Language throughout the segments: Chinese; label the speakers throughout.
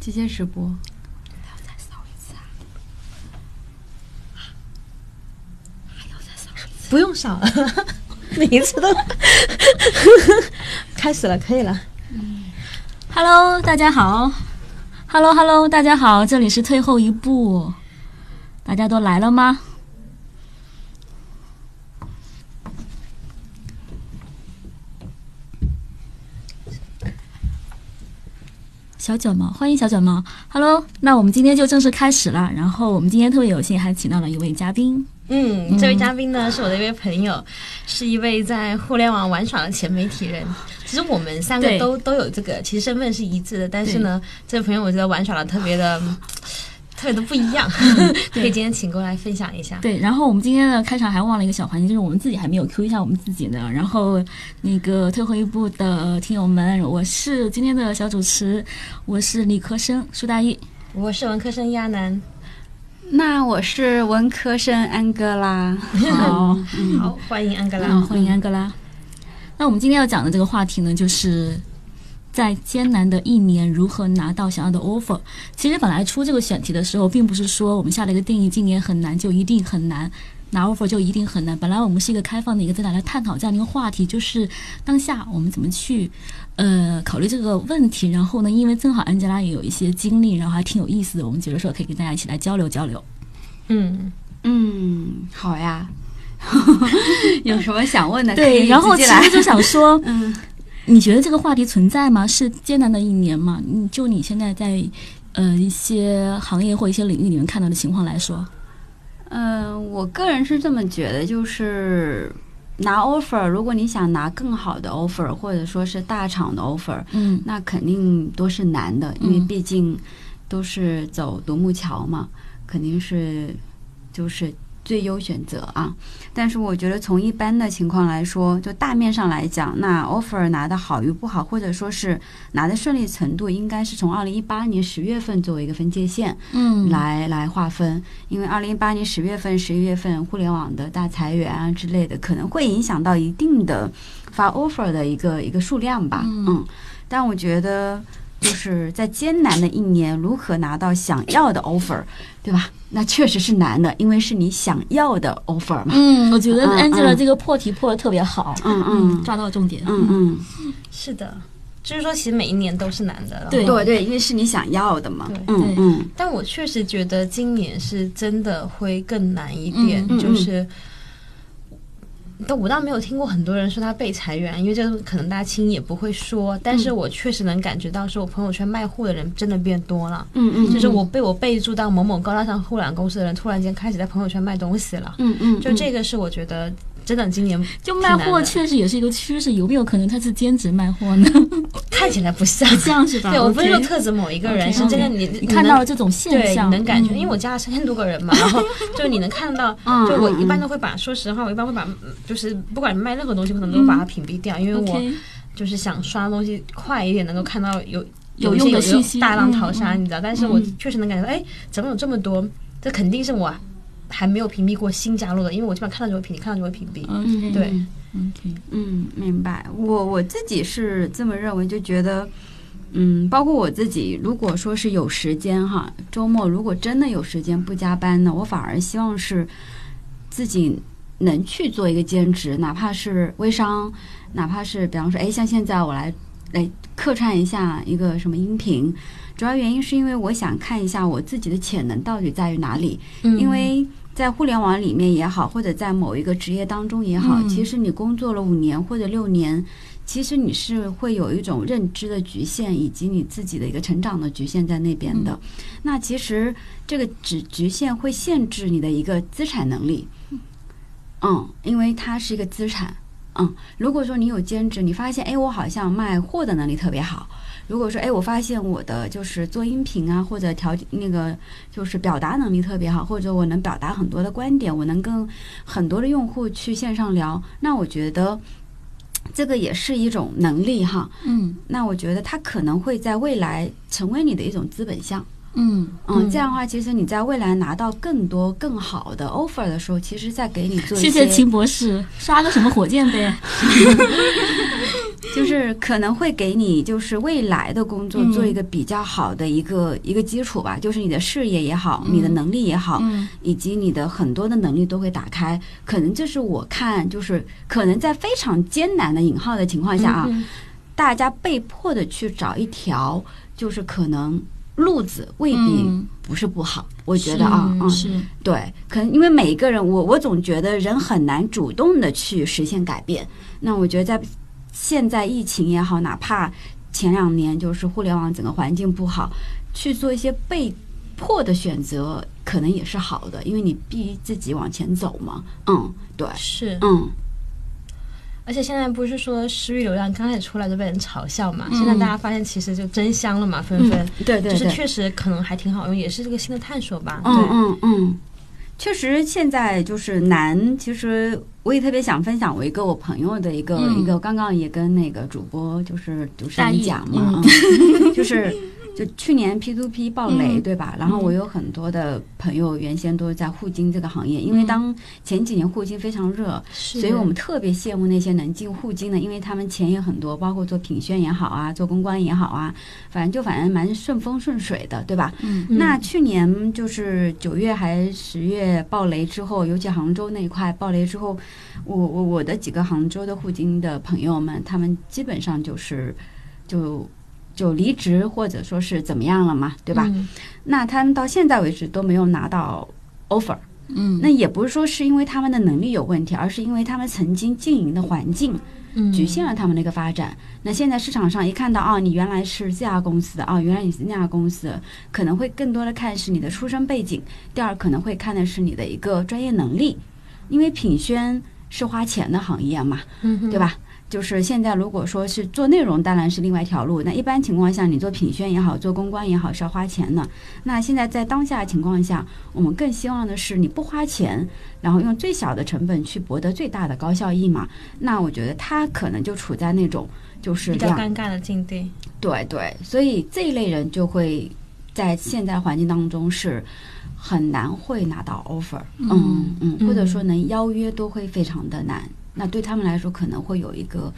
Speaker 1: 机械直播，
Speaker 2: 还要再扫一次啊？还要再扫一次？
Speaker 3: 不用扫 了，每一次都 开始了，可以了。
Speaker 2: Hello，大家好。Hello，Hello，大家好，这里是退后一步。大家都来了吗？小卷毛，欢迎小卷毛。Hello，那我们今天就正式开始了。然后我们今天特别有幸还请到了一位嘉宾，
Speaker 3: 嗯，这位嘉宾呢是我的一位朋友，是一位在互联网玩耍的前媒体人。其实我们三
Speaker 2: 对
Speaker 3: 个都都有这个，其实身份是一致的，但是呢，这位朋友我觉得玩耍的特别的。特别的不一样，可以今天请过来分享一下。
Speaker 2: 对，然后我们今天的开场还忘了一个小环节，就是我们自己还没有 Q 一下我们自己呢。然后那个退回一步的听友们，我是今天的小主持，我是理科生苏大一。
Speaker 3: 我是文科生亚楠，
Speaker 1: 那我是文科生安哥拉。
Speaker 2: 好，
Speaker 3: 好，欢迎
Speaker 1: 嗯
Speaker 3: 安格
Speaker 2: 然后
Speaker 3: 拉。
Speaker 2: 欢迎安哥拉。那我们今天要讲的这个话题呢，就是在艰难的一年如何拿到想要的 offer。其实本来出这个选题的时候，并不是说我们下了一个定义，今年很难就一定很难。拿 offer 就一定很难。本来我们是一个开放的一个在大家探讨这样的一个话题，就是当下我们怎么去，呃，考虑这个问题。然后呢，因为正好安吉拉也有一些经历，然后还挺有意思的，我们觉得说可以跟大家一起来交流交流。
Speaker 3: 嗯，
Speaker 1: 嗯，好 呀。有什么想问的可以
Speaker 2: 对，然后
Speaker 1: 直
Speaker 2: 其
Speaker 1: 接来
Speaker 2: 实。就想说，
Speaker 1: 嗯，
Speaker 2: 你觉得这个话题存在吗？是艰难的一年吗？你就你现在在呃一些行业或一些领域里面看到的情况来说，
Speaker 1: 呃，我个人是这么觉得，就是拿 offer，如果你想拿更好的 offer，或者说是大厂的 offer，
Speaker 2: 嗯
Speaker 1: 那肯定都是难的，因为
Speaker 2: 嗯
Speaker 1: 毕竟都是走独木桥嘛，肯定是就是最优选择啊。但是我觉得从一般的情况来说，就大面上来讲，那 offer 拿的好与不好，或者说是拿的顺利程度，应该是从二零一八年十月份作为一个分界线。
Speaker 2: 嗯，
Speaker 1: 来来划分，因为二零一八年十月份、十一月份互联网的大裁员啊之类的，可能会影响到一定的发 offer 的一个一个数量吧。
Speaker 2: 嗯
Speaker 1: 嗯但我觉得就是在艰难的一年，如何拿到想要的 offer，对吧？那确实是难的，因为是你想要的 offer 嘛。
Speaker 2: 嗯，我觉得
Speaker 1: 嗯
Speaker 2: Angela
Speaker 1: 嗯
Speaker 2: 这个破题破的特别好，
Speaker 1: 嗯嗯
Speaker 2: 抓到重点，
Speaker 1: 嗯嗯，
Speaker 3: 是的，就是说，其实每一年都是难的。然后
Speaker 2: 对
Speaker 1: 对对，因为是你想要的嘛
Speaker 3: 对。
Speaker 1: 嗯
Speaker 2: 对
Speaker 1: 嗯
Speaker 3: 但我确实觉得今年是真的会更难一点，
Speaker 2: 嗯
Speaker 1: 嗯
Speaker 3: 就是。嗯但我倒没有听过很多人说他被裁员，因为这个可能大家轻易也不会说。但是我确实能感觉到，说我朋友圈卖货的人真的变多了，
Speaker 1: 嗯嗯，
Speaker 3: 就是我被我备注到某某高大上互联网公司的人，突然间开始在朋友圈卖东西了。
Speaker 1: 嗯嗯，
Speaker 3: 就这个是我觉得真的今年
Speaker 2: 就卖
Speaker 3: 挺
Speaker 2: 货
Speaker 3: 难的
Speaker 2: 确实也是一个趋势，有没有可能他是兼职卖货呢？
Speaker 3: 看起来不像。
Speaker 2: 这样是吧？
Speaker 3: 对，我不是说
Speaker 2: 嗯 OK
Speaker 3: 特指某一个人，
Speaker 2: OK，
Speaker 3: 是真的你
Speaker 2: 你看
Speaker 3: 能
Speaker 2: 到了这种现
Speaker 3: 对，
Speaker 2: 象，
Speaker 3: 你能感觉，
Speaker 2: 嗯
Speaker 3: 因为我加了三千多个人嘛，然后 就是你能看到，
Speaker 1: 嗯
Speaker 3: 就我
Speaker 1: 嗯
Speaker 3: 一般都会把，说实话，我一般会把，嗯就是不管卖任何东西，我可能都把它屏蔽掉，因为我
Speaker 2: OK，
Speaker 3: 就是想刷东西快一点，能够看到有
Speaker 2: 有
Speaker 3: 一些
Speaker 2: 用的
Speaker 3: 有
Speaker 2: 信息
Speaker 3: 大浪淘
Speaker 2: 嗯
Speaker 3: 沙，你知道，但是我
Speaker 2: 嗯
Speaker 3: 确实能感觉到，哎，怎么有这么多？这肯定是我还没有屏蔽过新加入的，因为我基本上看到就会屏蔽，看到就会屏蔽。
Speaker 2: OK，
Speaker 3: 嗯对
Speaker 2: 嗯，OK，
Speaker 1: 嗯，明白。我我自己是这么认为，就觉得，嗯，包括我自己，如果说是有时间哈，周末如果真的有时间不加班呢，我反而希望是自己能去做一个兼职，哪怕是微商，哪怕是比方说，哎，像现在我来来客串一下一个什么音频，主要原因是因为我想看一下我自己的潜能到底在于哪里。
Speaker 3: 嗯
Speaker 1: 因为在互联网里面也好，或者在某一个职业当中也好，
Speaker 2: 嗯
Speaker 1: 其实你工作了五年或者六年，其实你是会有一种认知的局限，以及你自己的一个成长的局限在那边的。那其实这个只局限会限制你的一个资产能力，嗯，因为它是一个资产。嗯，如果说你有兼职，你发现哎，我好像卖货的能力特别好。如果说哎，我发现我的就是做音频啊，或者调那个就是表达能力特别好，或者我能表达很多的观点，我能跟很多的用户去线上聊，那我觉得这个也是一种能力哈。
Speaker 2: 嗯
Speaker 1: 那我觉得它可能会在未来成为你的一种资本项。
Speaker 2: 嗯。
Speaker 1: 嗯，
Speaker 3: 嗯
Speaker 1: 这样的话，其实你在未来拿到更多更好的 offer 的时候，其实在给你做一
Speaker 2: 谢
Speaker 1: 些
Speaker 2: 谢秦博士，刷个什么火箭呗？
Speaker 1: 就是可能会给你就是未来的工作
Speaker 2: 嗯
Speaker 1: 做一个比较好的一个、一个基础吧，就是你的事业也好，你的能力也好，
Speaker 2: 嗯
Speaker 1: 以及你的很多的能力都会打开。可能这是我看，就是可能在非常艰难的引号的情况下啊，
Speaker 3: 嗯
Speaker 1: 大家被迫的去找一条就是可能路子未必
Speaker 2: 嗯
Speaker 1: 不是不好，我觉得啊，嗯，
Speaker 2: 是
Speaker 1: 对，可能因为每一个人，我我总觉得人很难主动的去实现改变。那我觉得在现在疫情也好，哪怕前两年就是互联网整个环境不好，去做一些被迫的选择，可能也是好的，因为你逼自己往前走嘛。嗯，对，
Speaker 3: 是，
Speaker 1: 嗯，
Speaker 3: 而且现在不是说私域流量刚开始出来就被人嘲笑嘛，现在大家发现其实就真香了嘛，纷纷。
Speaker 1: 嗯对对
Speaker 3: 就是
Speaker 1: 对，
Speaker 3: 确实可能还挺好用，也是这个新的探索吧。
Speaker 1: 嗯嗯嗯，确实现在就是难。其实我也特别想分享我一个我朋友的一个、
Speaker 2: 嗯
Speaker 1: 一个，刚刚也跟那个主播就是主持
Speaker 2: 大
Speaker 1: 人
Speaker 2: 意
Speaker 1: 讲嘛， 嗯就是。就去年 P to P 爆雷，
Speaker 2: 嗯
Speaker 1: 对吧？然后我有很多的朋友原先都是在互金这个行业，因为
Speaker 2: 嗯
Speaker 1: 当前几年互金非常热，
Speaker 3: 是
Speaker 1: 所以我们特别羡慕那些能进互金的，因为他们钱也很多，包括做品宣也好啊，做公关也好啊，反正就反正蛮顺风顺水的，对吧？
Speaker 2: 嗯
Speaker 3: 嗯
Speaker 1: 那去年就是九月还十月爆雷之后，尤其杭州那一块爆雷之后，我我我的几个杭州的互金的朋友们，他们基本上就是就就离职或者说是怎么样了嘛，对吧？
Speaker 3: 嗯
Speaker 1: 那他们到现在为止都没有拿到 offer，
Speaker 2: 嗯
Speaker 1: 那也不是说是因为他们的能力有问题，而是因为他们曾经经营的环境
Speaker 3: 嗯
Speaker 1: 局限了他们的一个发展。那现在市场上一看到啊，你原来是这家公司的啊，原来你是那家公司，可能会更多的看是你的出身背景，第二可能会看的是你的一个专业能力，因为品宣是花钱的行业嘛，
Speaker 3: 嗯哼
Speaker 1: 对吧？就是现在，如果说是做内容，当然是另外一条路。那一般情况下，你做品宣也好，做公关也好，是要花钱的。那现在在当下的情况下，我们更希望的是你不花钱，然后用最小的成本去博得最大的高效益嘛。那我觉得他可能就处在那种就是
Speaker 3: 比较
Speaker 1: 两
Speaker 3: 尴尬的境地。
Speaker 1: 对对，所以这一类人就会在现在环境当中是很难会拿到 offer，嗯嗯，或者说能邀约都会非常的难。那对他们来说，可能会有一个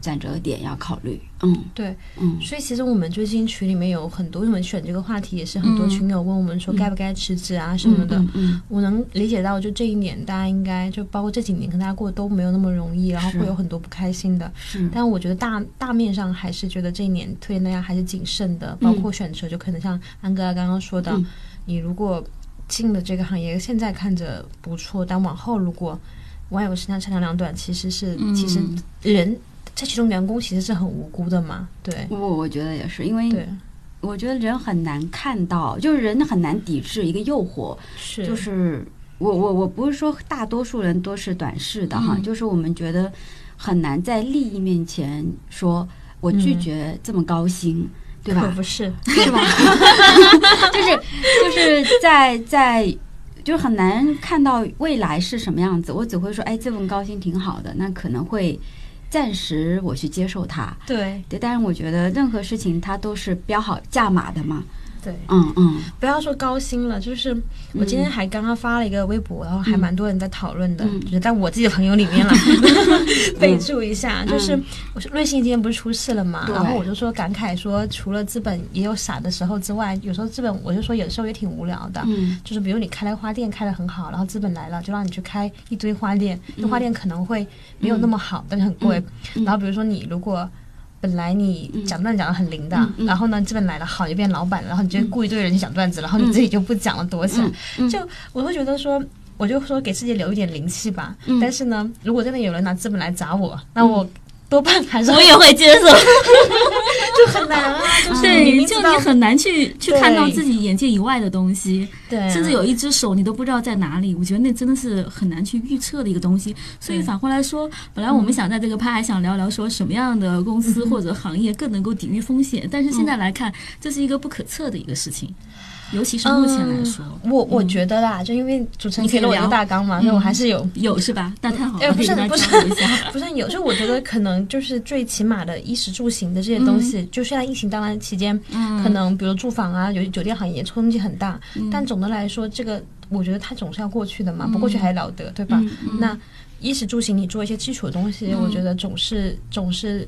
Speaker 1: 转折点要考虑。嗯，
Speaker 3: 对，
Speaker 1: 嗯，
Speaker 3: 所以其实我们最近群里面有很多，因为我们选这个话题也是很多
Speaker 2: 嗯
Speaker 3: 群友问我们说该不该辞职啊什么的。
Speaker 1: 嗯嗯
Speaker 3: 我能理解到，就这一年大家应该就包括这几年跟大家过得都没有那么容易，然后
Speaker 1: 是
Speaker 3: 会有很多不开心的。
Speaker 1: 是，
Speaker 3: 但我觉得大大面上还是觉得这一年推荐大家还是谨慎的，包括选择，就可能像安哥啊刚刚说的，
Speaker 1: 嗯
Speaker 3: 你如果进了这个行业，现在看着不错，但往后如果网友身上善长两短，其实是、
Speaker 2: 嗯
Speaker 3: 其实人这其中员工其实是很无辜的嘛，对
Speaker 1: 我我觉得也是，因为
Speaker 3: 对
Speaker 1: 我觉得人很难看到，就是人很难抵制一个诱惑，
Speaker 3: 是
Speaker 1: 就是我我我不是说大多数人都是短视的哈，
Speaker 2: 嗯
Speaker 1: 就是我们觉得很难在利益面前说我拒
Speaker 3: 嗯
Speaker 1: 绝这么高薪， 对
Speaker 3: 可
Speaker 1: 吧？
Speaker 3: 不是，
Speaker 1: 是 吧？就是就是在在。就是很难看到未来是什么样子，我只会说，哎，这份高薪挺好的，那可能会暂时我去接受它，
Speaker 3: 对
Speaker 1: 对。但是我觉得任何事情它都是标好价码的嘛，
Speaker 3: 对。
Speaker 1: 嗯嗯，
Speaker 3: 不要说高薪了，就是我今天还刚刚发了一个微博，然后还蛮多人在讨论的，
Speaker 1: 嗯
Speaker 3: 就是在我自己的朋友里 面啦，备注一下，就是我是瑞幸今天不是出事了嘛，
Speaker 1: 嗯对
Speaker 3: 然后我就说感慨说，除了资本也有傻的时候之外，有时候资本我就说有时候也挺无聊的。
Speaker 1: 嗯
Speaker 3: 就是比如你开了花店开得很好，然后资本来了就让你去开一堆花店，那、
Speaker 2: 嗯
Speaker 3: 花店可能会没有那么好，但是很贵。然后比如说你如果本来你
Speaker 2: 嗯
Speaker 3: 讲段讲的很灵的，然后呢资本来了好就变老板了，然后你就
Speaker 2: 嗯
Speaker 3: 会雇一堆人去讲段子，然后你自己就不讲了躲起来，就我会觉得说。我就说给自己留一点灵气吧，
Speaker 2: 嗯
Speaker 3: 但是呢，如果真的有人拿资本来砸我，那我多半还是
Speaker 2: 我也会接受， 嗯
Speaker 3: 就很 难啊，就是
Speaker 2: 对，
Speaker 3: 明明
Speaker 2: 就
Speaker 3: 知
Speaker 2: 你
Speaker 3: 道
Speaker 2: 很难去去看到
Speaker 3: 对
Speaker 2: 自己眼界以外的东西，
Speaker 3: 对啊，
Speaker 2: 甚至有一只手你都不知道在哪里，我觉得那真的是很难去预测的一个东西。所以反过来说，本来我们想在这个趴还想聊聊说什么样的公司或者行业更能够抵御风险，但是现在来看，这是一个不可测的一个事情，尤其是目前来说，
Speaker 3: 我我觉得啦，就因为主持
Speaker 2: 嗯
Speaker 3: 人
Speaker 2: 你可以
Speaker 3: 给了我一个
Speaker 2: 聊嗯
Speaker 3: 大纲嘛，所以我还是有。
Speaker 2: 有是吧？那太好
Speaker 3: 哎
Speaker 2: 了，
Speaker 3: 不
Speaker 2: 可
Speaker 3: 是
Speaker 2: 以跟
Speaker 3: 不是
Speaker 2: 大家交流一下。
Speaker 3: 不是有，就我觉得可能就是最起码的衣食住行的这些东西，就现在疫情当然期间，
Speaker 2: 嗯
Speaker 3: 可能比如住房啊，有酒店行业冲击很大，但总的来说，这个我觉得它总是要过去的嘛，不过去还了得，对吧？
Speaker 2: 嗯
Speaker 3: 那衣食住行你做一些基础的东西，我觉得总是总是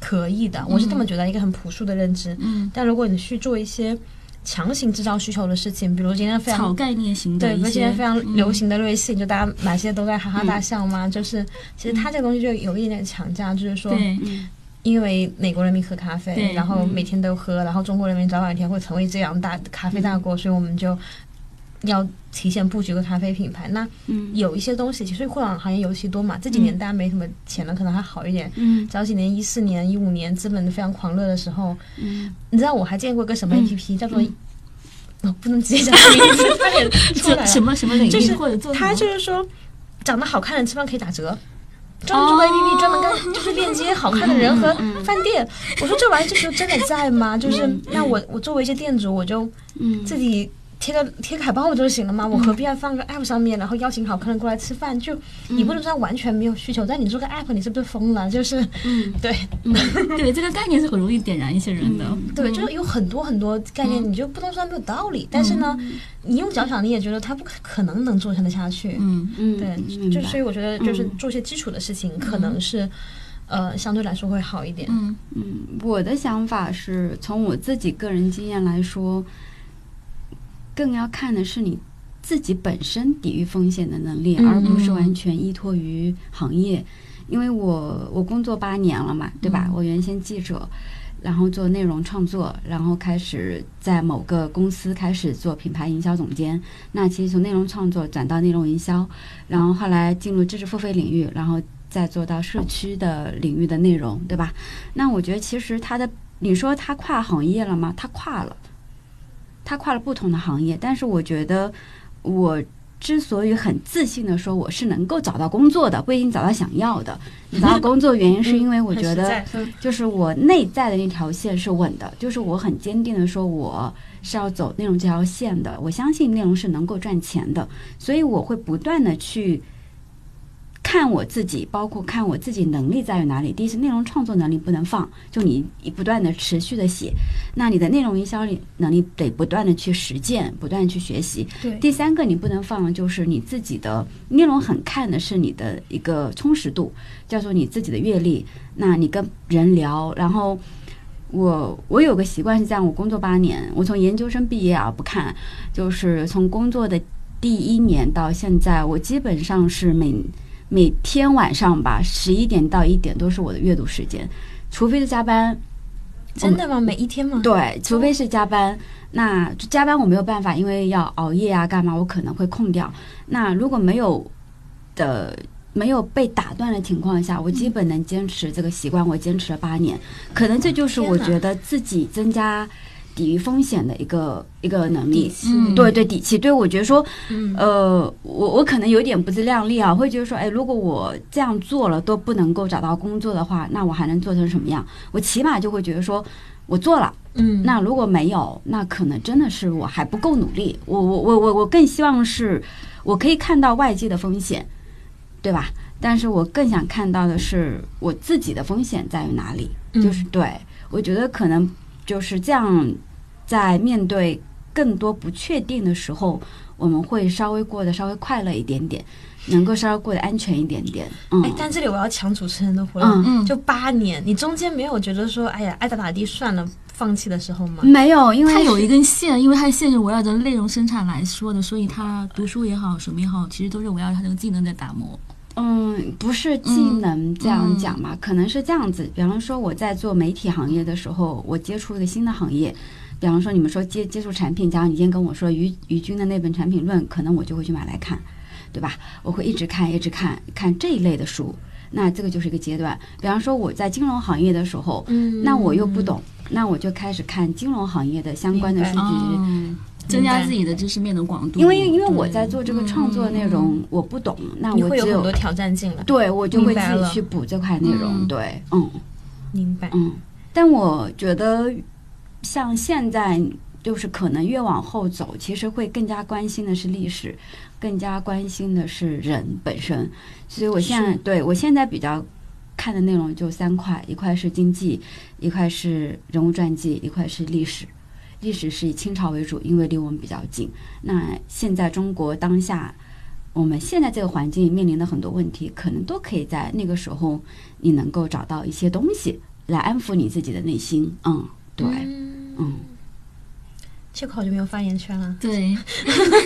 Speaker 3: 可以的，我是这么觉得，一个很朴素的认知。
Speaker 2: 嗯，
Speaker 3: 但如果你去做一些强行制造需求的事情，比如今天非
Speaker 2: 炒
Speaker 3: 常
Speaker 2: 概念型的
Speaker 3: 对，
Speaker 2: 一
Speaker 3: 比如今
Speaker 2: 些嗯
Speaker 3: 天非常流行的瑞幸，就大家买些都在哈哈大笑嘛，就是其实它这个东西就有一点点强加，就是说
Speaker 2: 嗯对
Speaker 1: 嗯
Speaker 3: 因为美国人民喝咖
Speaker 2: 对嗯
Speaker 3: 啡，然后每天都喝，然后中国人民早晚一天会成为这样大咖啡
Speaker 2: 嗯
Speaker 3: 大国，所以我们就要提前布局个咖啡品牌。那
Speaker 1: 嗯
Speaker 3: 有一些东西，其实互联网行业尤其多嘛，
Speaker 2: 嗯
Speaker 3: 这几年大家没什么钱了，可能还好一点。
Speaker 1: 嗯
Speaker 3: 早几年，一四年、一五年，资本非常狂热的时候，
Speaker 1: 嗯，
Speaker 3: 你知道我还见过一个什么
Speaker 2: 嗯
Speaker 3: APP，、叫做
Speaker 2: 嗯
Speaker 3: 我不能直接讲名字，差点出
Speaker 2: 这
Speaker 3: 来了。
Speaker 2: 什么什么领
Speaker 3: 就
Speaker 2: 域
Speaker 3: 是
Speaker 2: 或者做什
Speaker 3: 它
Speaker 2: 么
Speaker 3: 就是说，长得好看的人吃饭可以打折，专门做个 APP，专门跟就是链接好看的人和饭店。我说这玩意儿就是真的在吗？就是那我我作为一些店主，我就
Speaker 1: 嗯
Speaker 3: 自己贴个贴个海报不就行了吗？我何必要放个 app 上面，然后邀请好看的人过来吃饭？就
Speaker 1: 嗯
Speaker 3: 你不能说它完全没有需求，但你做个 app，你是不是疯了？就是
Speaker 1: 嗯
Speaker 3: 对
Speaker 2: 对这个概念是很容易点燃一些人的。
Speaker 3: 对，就是有很多很多概念，你就不能说它没有道理，但是呢，你用脚想你也觉得它不可能能做得下去。
Speaker 2: 嗯，
Speaker 1: 嗯，
Speaker 3: 对，
Speaker 1: 明
Speaker 3: 就
Speaker 1: 白嗯
Speaker 3: 所以我觉得就是做些基础的事情，可能是呃相对来说会好一点。
Speaker 2: 嗯
Speaker 1: 嗯，我的想法是从我自己个人经验来说，更要看的是你自己本身抵御风险的能力，
Speaker 3: 嗯
Speaker 1: 而不是完全依托于行业。因为我我工作八年了嘛，对吧？
Speaker 2: 嗯
Speaker 1: 我原先记者，然后做内容创作，然后开始在某个公司开始做品牌营销总监。那其实从内容创作转到内容营销，然后后来进入知识付费领域，然后再做到社区的领域的内容，对吧？那我觉得其实它的，你说它跨行业了吗？它跨了，它跨了不同的行业。但是我觉得我之所以很自信的说我是能够找到工作的，不一定找到想要的。找到工作原因是因为我觉 得嗯
Speaker 3: 很实在
Speaker 1: 就是我内在的那条线是稳的，就是我很坚定的说我是要走内容这条线的，我相信内容是能够赚钱的，所以我会不断的去看我自己，包括看我自己能力在于哪里。第一是内容创作能力不能放，就你不断的持续的写，那你的内容营销力能力得不断的去实践，不断地去学习，
Speaker 3: 对
Speaker 1: 第三个你不能放的就是你自己的内容很看的是你的一个充实度，叫做你自己的阅历。那你跟人聊，然后我我有个习惯是这样，我工作八年，我从研究生毕业啊不看，就是从工作的第一年到现在，我基本上是每每天晚上吧，十一点到一点都是我的阅读时间，除非是加班，
Speaker 3: 真的吗？每一天吗？
Speaker 1: 对，除非是加班，那就加班我没有办法，因为要熬夜啊，干嘛我可能会空掉。那如果没有的没有被打断的情况下，我基本能坚持这个习惯，我坚持了八年，可能这就是
Speaker 3: 天
Speaker 1: 我
Speaker 3: 哪
Speaker 1: 觉得自己增加抵御风险的一个一个能力。
Speaker 2: 嗯
Speaker 1: 对对，底气。对我觉得说，
Speaker 3: 嗯，
Speaker 1: 呃，我我可能有点不自量力啊，会觉得说，哎，如果我这样做了都不能够找到工作的话，那我还能做成什么样？我起码就会觉得说，我做了。
Speaker 3: 嗯，
Speaker 1: 那如果没有，那可能真的是我还不够努力。我我我我我更希望是，我可以看到外界的风险，对吧？但是我更想看到的是我自己的风险在于哪里。
Speaker 3: 嗯
Speaker 1: 就是对我觉得可能就是这样，在面对更多不确定的时候，我们会稍微过得稍微快乐一点点，能够稍微过得安全一点点。嗯
Speaker 3: 哎，，但这里我要抢主持人的活了。
Speaker 1: 嗯，
Speaker 2: 嗯，
Speaker 3: 就八年，你中间没有觉得说，哎呀，爱咋咋地算了，放弃的时候吗？
Speaker 1: 没有，因为
Speaker 2: 它有一根线，因为它的线是围绕着内容生产来说的，所以它读书也好，什么也好，其实都是围绕着它这个技能在打磨。
Speaker 1: 嗯，不是技能
Speaker 3: 嗯
Speaker 1: 这样讲吧，可能是这样子。比方说我在做媒体行业的时候，我接触一个新的行业，比方说你们说接接触产品，假如你今天跟我说于于军的那本《产品论》，可能我就会去买来看，对吧？我会一直看，一直看，看这一类的书。那这个就是一个阶段。比方说我在金融行业的时候，
Speaker 3: 嗯
Speaker 1: 那我又不懂，那我就开始看金融行业的相关的
Speaker 3: 明白哦
Speaker 1: 数据。
Speaker 2: 嗯，增加自己的知识面的广度。嗯
Speaker 1: 因为因为我
Speaker 2: 对
Speaker 1: 在做这个创作内容，我不懂，那
Speaker 3: 嗯你
Speaker 1: 我
Speaker 3: 会有
Speaker 1: 只
Speaker 3: 很多挑战进来。
Speaker 1: 对我就
Speaker 3: 明
Speaker 1: 会自
Speaker 3: 白
Speaker 1: 己
Speaker 3: 了
Speaker 1: 去补这块内容。
Speaker 2: 嗯
Speaker 1: 对，嗯
Speaker 3: 明白。
Speaker 1: 嗯。但我觉得，像现在就是可能越往后走，其实会更加关心的是历史，更加关心的是人本身。所以我现在
Speaker 2: 是
Speaker 1: 对我现在比较。看的内容就三块，一块是经济，一块是人物传记，一块是历史。历史是以清朝为主，因为离我们比较近。那现在中国当下，我们现在这个环境面临的很多问题，可能都可以在那个时候，你能够找到一些东西。来安抚你自己的内心。嗯，对，嗯，
Speaker 3: 这块我就没有发言权了。
Speaker 2: 对，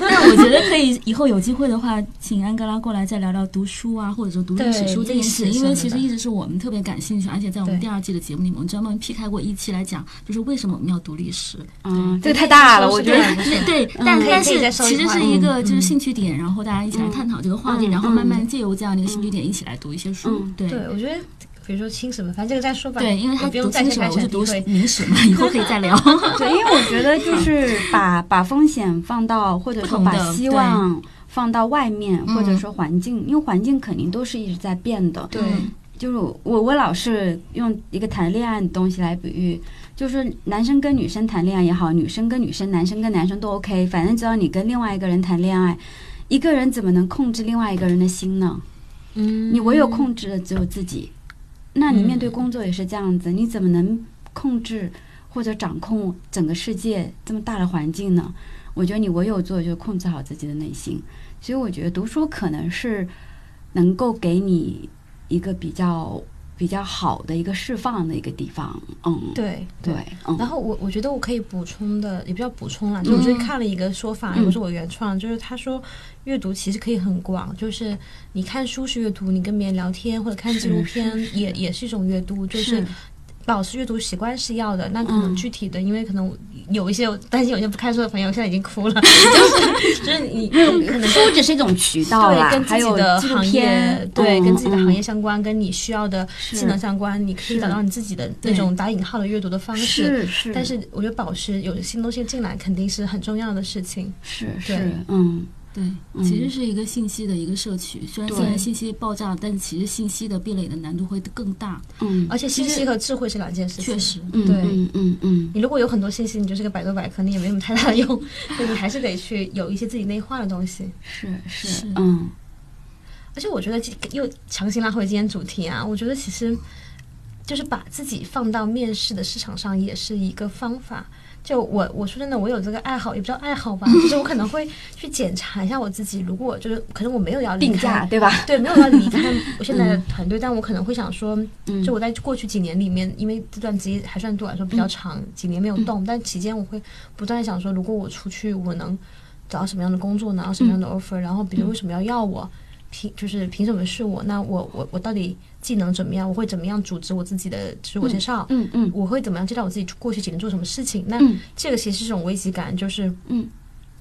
Speaker 2: 那我觉得可以，以后有机会的话，请安哥拉过来再聊聊读书啊，或者说读历史
Speaker 3: 对
Speaker 2: 书这
Speaker 3: 历
Speaker 2: 件
Speaker 3: 史
Speaker 2: 事，因为
Speaker 3: 什么
Speaker 2: 其实
Speaker 3: 的
Speaker 2: 一直是我们特别感兴趣，而且在我们
Speaker 3: 对
Speaker 2: 第二季的节目里面，我们专门劈开过一期来讲，就是为什么我们要读历 史。
Speaker 1: 嗯，
Speaker 3: 这个太大了
Speaker 1: 说
Speaker 3: 我
Speaker 1: 是
Speaker 3: 觉得
Speaker 1: 这样的
Speaker 2: 对对，但
Speaker 3: 嗯可以
Speaker 2: 但
Speaker 3: 可以再
Speaker 2: 是
Speaker 3: 收一
Speaker 2: 其实
Speaker 3: 块
Speaker 2: 是一
Speaker 3: 嗯
Speaker 2: 个就是
Speaker 3: 嗯
Speaker 2: 兴趣点，然后大家一起来探讨这个话题，
Speaker 1: 嗯
Speaker 2: 然后
Speaker 1: 嗯
Speaker 2: 慢慢借由这样的一个兴趣点一起来读一些书
Speaker 1: 嗯。
Speaker 2: 对
Speaker 3: 对，我觉得比如说亲什么，反正这个再说吧。
Speaker 2: 对，因为
Speaker 3: 也
Speaker 2: 他
Speaker 3: 不用
Speaker 2: 读
Speaker 3: 再
Speaker 2: 清
Speaker 3: 去
Speaker 2: 史
Speaker 3: 开
Speaker 2: 嘛，我
Speaker 3: 始
Speaker 2: 是读
Speaker 3: 诋毁
Speaker 2: 明史嘛，以后可以再聊。
Speaker 1: 对，因为我觉得就是把把风险放到，或者
Speaker 2: 不
Speaker 1: 说
Speaker 2: 同
Speaker 1: 把
Speaker 2: 的
Speaker 1: 希
Speaker 2: 对
Speaker 1: 望放到外面，或者
Speaker 2: 嗯
Speaker 1: 说环境，因为环境肯定都是一直在变的。
Speaker 3: 对
Speaker 2: 嗯
Speaker 1: 就是我我老是用一个谈恋爱的东西来比喻，就是男生跟女生谈恋爱也好，女生跟女生、男生跟男生都 OK，反正只要你跟另外一个人谈恋爱，一个人怎么能控制另外一个人的心呢？
Speaker 3: 嗯，嗯
Speaker 1: 你唯有控制的只有自己。那你面对工作也是这样子，你怎么能控制或者掌控整个世界这么大的环境呢？我觉得你唯有做的就是控制好自己的内心。所以我觉得读书可能是能够给你一个比较比较好的一个释放的一个地方。嗯，
Speaker 3: 对
Speaker 1: 对。，嗯，
Speaker 3: 然后我我觉得我可以补充的，也不叫补充啦，就我
Speaker 2: 嗯
Speaker 3: 最近看了一个说法，
Speaker 1: 嗯
Speaker 3: 也不是我原创，就是他说阅读其实可以很广，就是你看书是阅读，你跟别人聊天或者看纪录
Speaker 1: 是
Speaker 3: 片也也是一种阅读，就是保持阅读习惯是要的。那可能
Speaker 1: 嗯
Speaker 3: 具体的，因为可能有一些我担心有些不看书的朋友现在已经哭 了，就是就是你可能
Speaker 1: 书只是一种渠道嗯啦
Speaker 3: 对，跟自
Speaker 1: 还
Speaker 3: 己
Speaker 1: 有
Speaker 3: 的
Speaker 1: 纪录
Speaker 3: 行业
Speaker 1: 片，
Speaker 3: 对，
Speaker 1: 嗯
Speaker 3: 跟自己的
Speaker 1: 嗯
Speaker 3: 行业相关，跟你需要的技
Speaker 1: 是
Speaker 3: 能相关，你可以
Speaker 1: 是
Speaker 3: 找到你自己的那
Speaker 2: 对
Speaker 3: 种打引号的阅读的方式。
Speaker 1: 是
Speaker 2: 嗯
Speaker 1: 是，
Speaker 3: 但是我觉得保持有新东西进来肯定是很重要的事情。
Speaker 1: 是
Speaker 3: 对
Speaker 1: 是，嗯，
Speaker 2: 对，
Speaker 1: 嗯
Speaker 2: 其实是一个信息的一个摄取，虽然
Speaker 1: 对
Speaker 2: 现在信息爆炸，但其实信息的壁垒的难度会更大。
Speaker 1: 嗯，
Speaker 3: 而且信
Speaker 2: 其
Speaker 3: 息
Speaker 2: 实
Speaker 3: 和智慧是两件事情。
Speaker 2: 确，实，
Speaker 1: 嗯
Speaker 3: 对
Speaker 1: 嗯嗯嗯，
Speaker 3: 你如果有很多信息，你就是个百度百科，你也没什么太大的用， 所以你还是得去有一些自己内化的东西。
Speaker 1: 是是
Speaker 2: 是，
Speaker 1: 嗯。
Speaker 3: 而且我觉得这又强行拉回今天主题啊，我觉得其实就是把自己放到面试的市场上也是一个方法。就我我说真的，我有这个爱好，也不叫爱好吧，就是我可能会去检查一下我自己。如果就是可能我没有要离
Speaker 1: 定
Speaker 3: 开
Speaker 1: 价，嗯对吧？
Speaker 3: 对，没有要离开我现在的团队，但我可能会想说，
Speaker 1: 嗯
Speaker 3: 就我在过去几年里面，因为这段职业还算对我来说比较长，几年没有
Speaker 1: 嗯
Speaker 3: 动，但期间我会不断地想说，如果我出去，我能找到什么样的工作，拿到什么样的
Speaker 1: 嗯
Speaker 3: offer，、然后别人为什么要要我，凭就是凭什么是我？那我我我到底技能怎么样？我会怎么样组织我自己的自我介绍？
Speaker 1: 嗯嗯
Speaker 3: 我会怎么样介绍我自己过去几年做什么事情？那
Speaker 1: 嗯
Speaker 3: 这个其实是一种危机感，就是
Speaker 1: 嗯，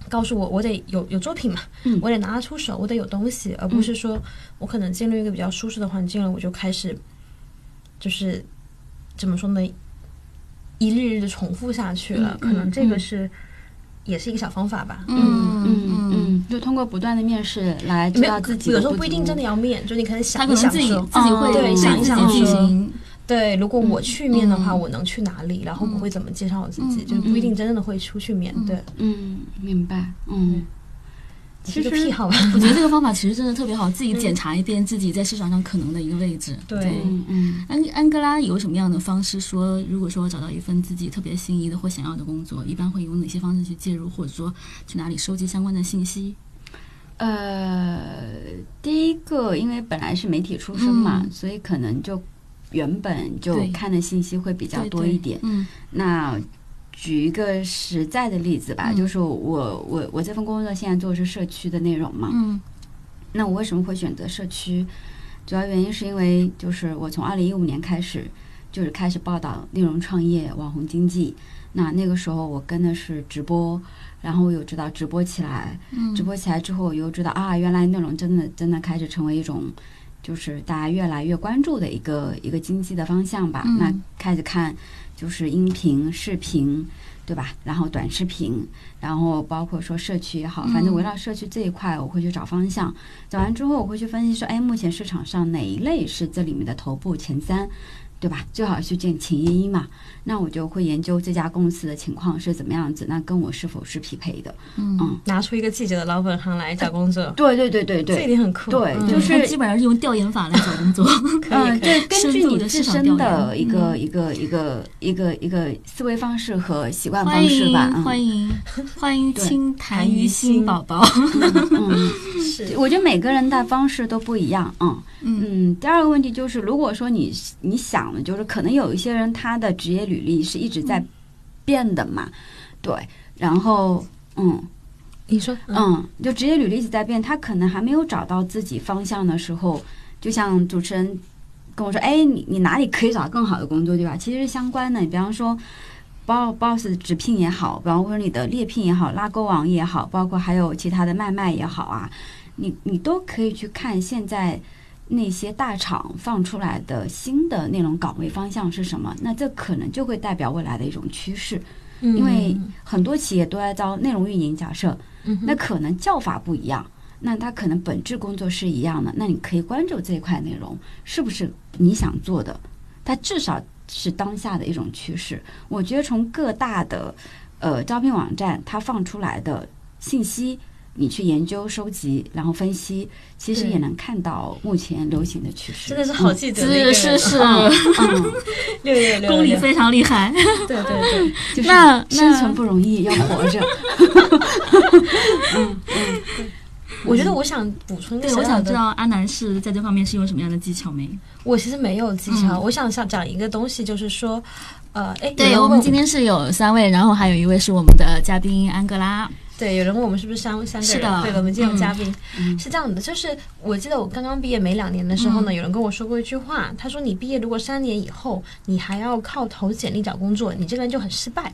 Speaker 3: 告诉我我得有有作品嘛，
Speaker 1: 嗯
Speaker 3: 我得拿得出手，我得有东西，而不是说我可能进入一个比较舒适的环境了，我就开始就是怎么说呢，一日日的重复下去了。
Speaker 1: 嗯
Speaker 3: 可能这个
Speaker 1: 嗯
Speaker 3: 是、也是一个小方法吧。
Speaker 1: 嗯嗯
Speaker 2: 嗯嗯。
Speaker 1: 嗯，就通过不断的面试来知
Speaker 3: 没
Speaker 1: 道
Speaker 3: 有
Speaker 1: 自，己
Speaker 3: 有
Speaker 1: 的
Speaker 3: 时候
Speaker 1: 不
Speaker 3: 不一
Speaker 1: 足
Speaker 3: 定真的要面，就你可能
Speaker 2: 他
Speaker 3: 想
Speaker 2: 可
Speaker 3: 一
Speaker 2: 能
Speaker 3: 想
Speaker 2: 自己
Speaker 3: 说，
Speaker 2: 自己会
Speaker 1: 哦
Speaker 2: 对
Speaker 1: 对
Speaker 2: 自
Speaker 1: 想一
Speaker 2: 己
Speaker 1: 想
Speaker 2: 进
Speaker 1: 说
Speaker 2: 行，
Speaker 3: 对，
Speaker 1: 嗯
Speaker 3: 如果我去面的话，
Speaker 2: 嗯
Speaker 3: 我能去哪里？然后我会怎么介绍我自己？
Speaker 2: 嗯
Speaker 3: 就不一定真正的会出去面对，
Speaker 1: 嗯，明白，嗯，
Speaker 3: 是
Speaker 1: 其
Speaker 3: 个癖
Speaker 1: 实
Speaker 3: 好吧。
Speaker 2: 我觉得这个方法其实真的特别好，自己检查一遍自己在市场上可能的一个位置。
Speaker 3: 对
Speaker 1: 嗯嗯
Speaker 2: 安安哥拉有什么样的方式说，如果说我找到一份自己特别心仪的或想要的工作，一般会用哪些方式去介入，或者说去哪里收集相关的信息？
Speaker 1: 呃，第一个因为本来是媒体出身嘛，
Speaker 2: 嗯
Speaker 1: 所以可能就原本就
Speaker 2: 对
Speaker 1: 看的信息会比较
Speaker 2: 对
Speaker 1: 多
Speaker 2: 对
Speaker 1: 一点。
Speaker 2: 嗯
Speaker 1: 那举一个实在的例子吧，
Speaker 2: 嗯
Speaker 1: 就是我我我这份工作现在做的是社区的内容嘛，
Speaker 2: 嗯
Speaker 1: 那我为什么会选择社区？主要原因是因为就是我从二零一五年开始，就是开始报道内容创业、网红经济。那那个时候我跟的是直播，然后我有知道直播起来，
Speaker 2: 嗯，
Speaker 1: 直播起来之后，我又知道啊，原来内容真的真的开始成为一种，就是大家越来越关注的一个一个经济的方向吧。
Speaker 2: 嗯
Speaker 1: 那开始看就是音频、视频，对吧？然后短视频，然后包括说社区也好，反正
Speaker 2: 嗯
Speaker 1: 围绕社区这一块，我会去找方向。找完之后，我会去分析说，哎，目前市场上哪一类是这里面的头部前三？对吧？最好去见前一嘛。那我就会研究这家公司的情况是怎么样子，那跟我是否是匹配的？
Speaker 2: 嗯，
Speaker 3: 拿出一个记者的老本行来找工作，
Speaker 1: 对对对对对，
Speaker 3: 这一点很酷。
Speaker 1: 对
Speaker 3: 嗯
Speaker 1: 就是
Speaker 2: 他基本上是用调研法来找 工作。
Speaker 3: 可
Speaker 1: 嗯，
Speaker 3: 以可以
Speaker 1: 对，根据
Speaker 2: 深度
Speaker 1: 你
Speaker 2: 的
Speaker 1: 自
Speaker 2: 市场
Speaker 1: 身
Speaker 2: 调研
Speaker 1: 的一个
Speaker 2: 嗯
Speaker 1: 一个一个一个一个思维方式和习惯
Speaker 2: 欢
Speaker 1: 方式
Speaker 2: 迎
Speaker 1: 吧，嗯
Speaker 2: 欢迎欢迎
Speaker 1: 对
Speaker 2: 清谈鱼心宝宝。
Speaker 1: 嗯，
Speaker 3: 是
Speaker 1: 我觉得每个人的方式都不一样，嗯
Speaker 2: 嗯
Speaker 1: 嗯。第二个问题就是，如果说你你想讲的，就是可能有一些人他的职业履历是一直
Speaker 2: 嗯
Speaker 1: 在变的嘛，对，然后嗯。
Speaker 3: 你说，
Speaker 1: 嗯，就职业履历一直在变，他可能还没有找到自己方向的时候，就像主持人跟我说：“哎，你你哪里可以找到更好的工作，对吧？”其实是相关的，你比方说，boss boss 直聘也好，包括你的猎聘也好，拉勾网也好，包括还有其他的卖卖也好啊，你你都可以去看现在那些大厂放出来的新的那种岗位方向是什么，那这可能就会代表未来的一种趋势。
Speaker 3: 嗯
Speaker 1: 因为很多企业都在招内容运营，假设，
Speaker 3: 嗯
Speaker 1: 那可能叫法不一样，那它可能本质工作是一样的，那你可以关注这一块内容是不是你想做的，它至少是当下的一种趋势。我觉得从各大的呃招聘网站它放出来的信息，你去研究、收集，然后分析，其实也能看到目前流行的趋势。
Speaker 3: 真的是好记者，
Speaker 2: 是是是，
Speaker 1: 嗯，
Speaker 3: 六六六，
Speaker 2: 功力非常厉害。
Speaker 3: 对对
Speaker 2: 嗯
Speaker 3: 对，
Speaker 1: 就是
Speaker 2: 那
Speaker 1: 生
Speaker 2: 那
Speaker 1: 存不容易，要活 着。
Speaker 3: 我觉得我想补充一个
Speaker 2: 对，
Speaker 3: 小
Speaker 2: 我
Speaker 3: 小
Speaker 2: 想知
Speaker 3: 的
Speaker 2: 道阿南是在这方面是有什么样的技巧没？
Speaker 3: 我其实没有技巧，
Speaker 2: 嗯
Speaker 3: 我想想讲一个东西，就是说，呃，哎，有
Speaker 2: 对
Speaker 3: 人
Speaker 2: 我们
Speaker 3: 问
Speaker 2: 今天是有三位，然后还有一位是我们的嘉宾安哥拉。
Speaker 3: 对有人问我们是不是三三个人？
Speaker 2: 是的
Speaker 3: 对的，我们今天有
Speaker 2: 嗯
Speaker 3: 嘉宾、
Speaker 1: 嗯
Speaker 3: 是这样的，就是我记得我刚刚毕业没两年的时候呢，有人跟我说过一句话，他说你毕业如果三年以后你还要靠投简历找工作，你这个人就很失败。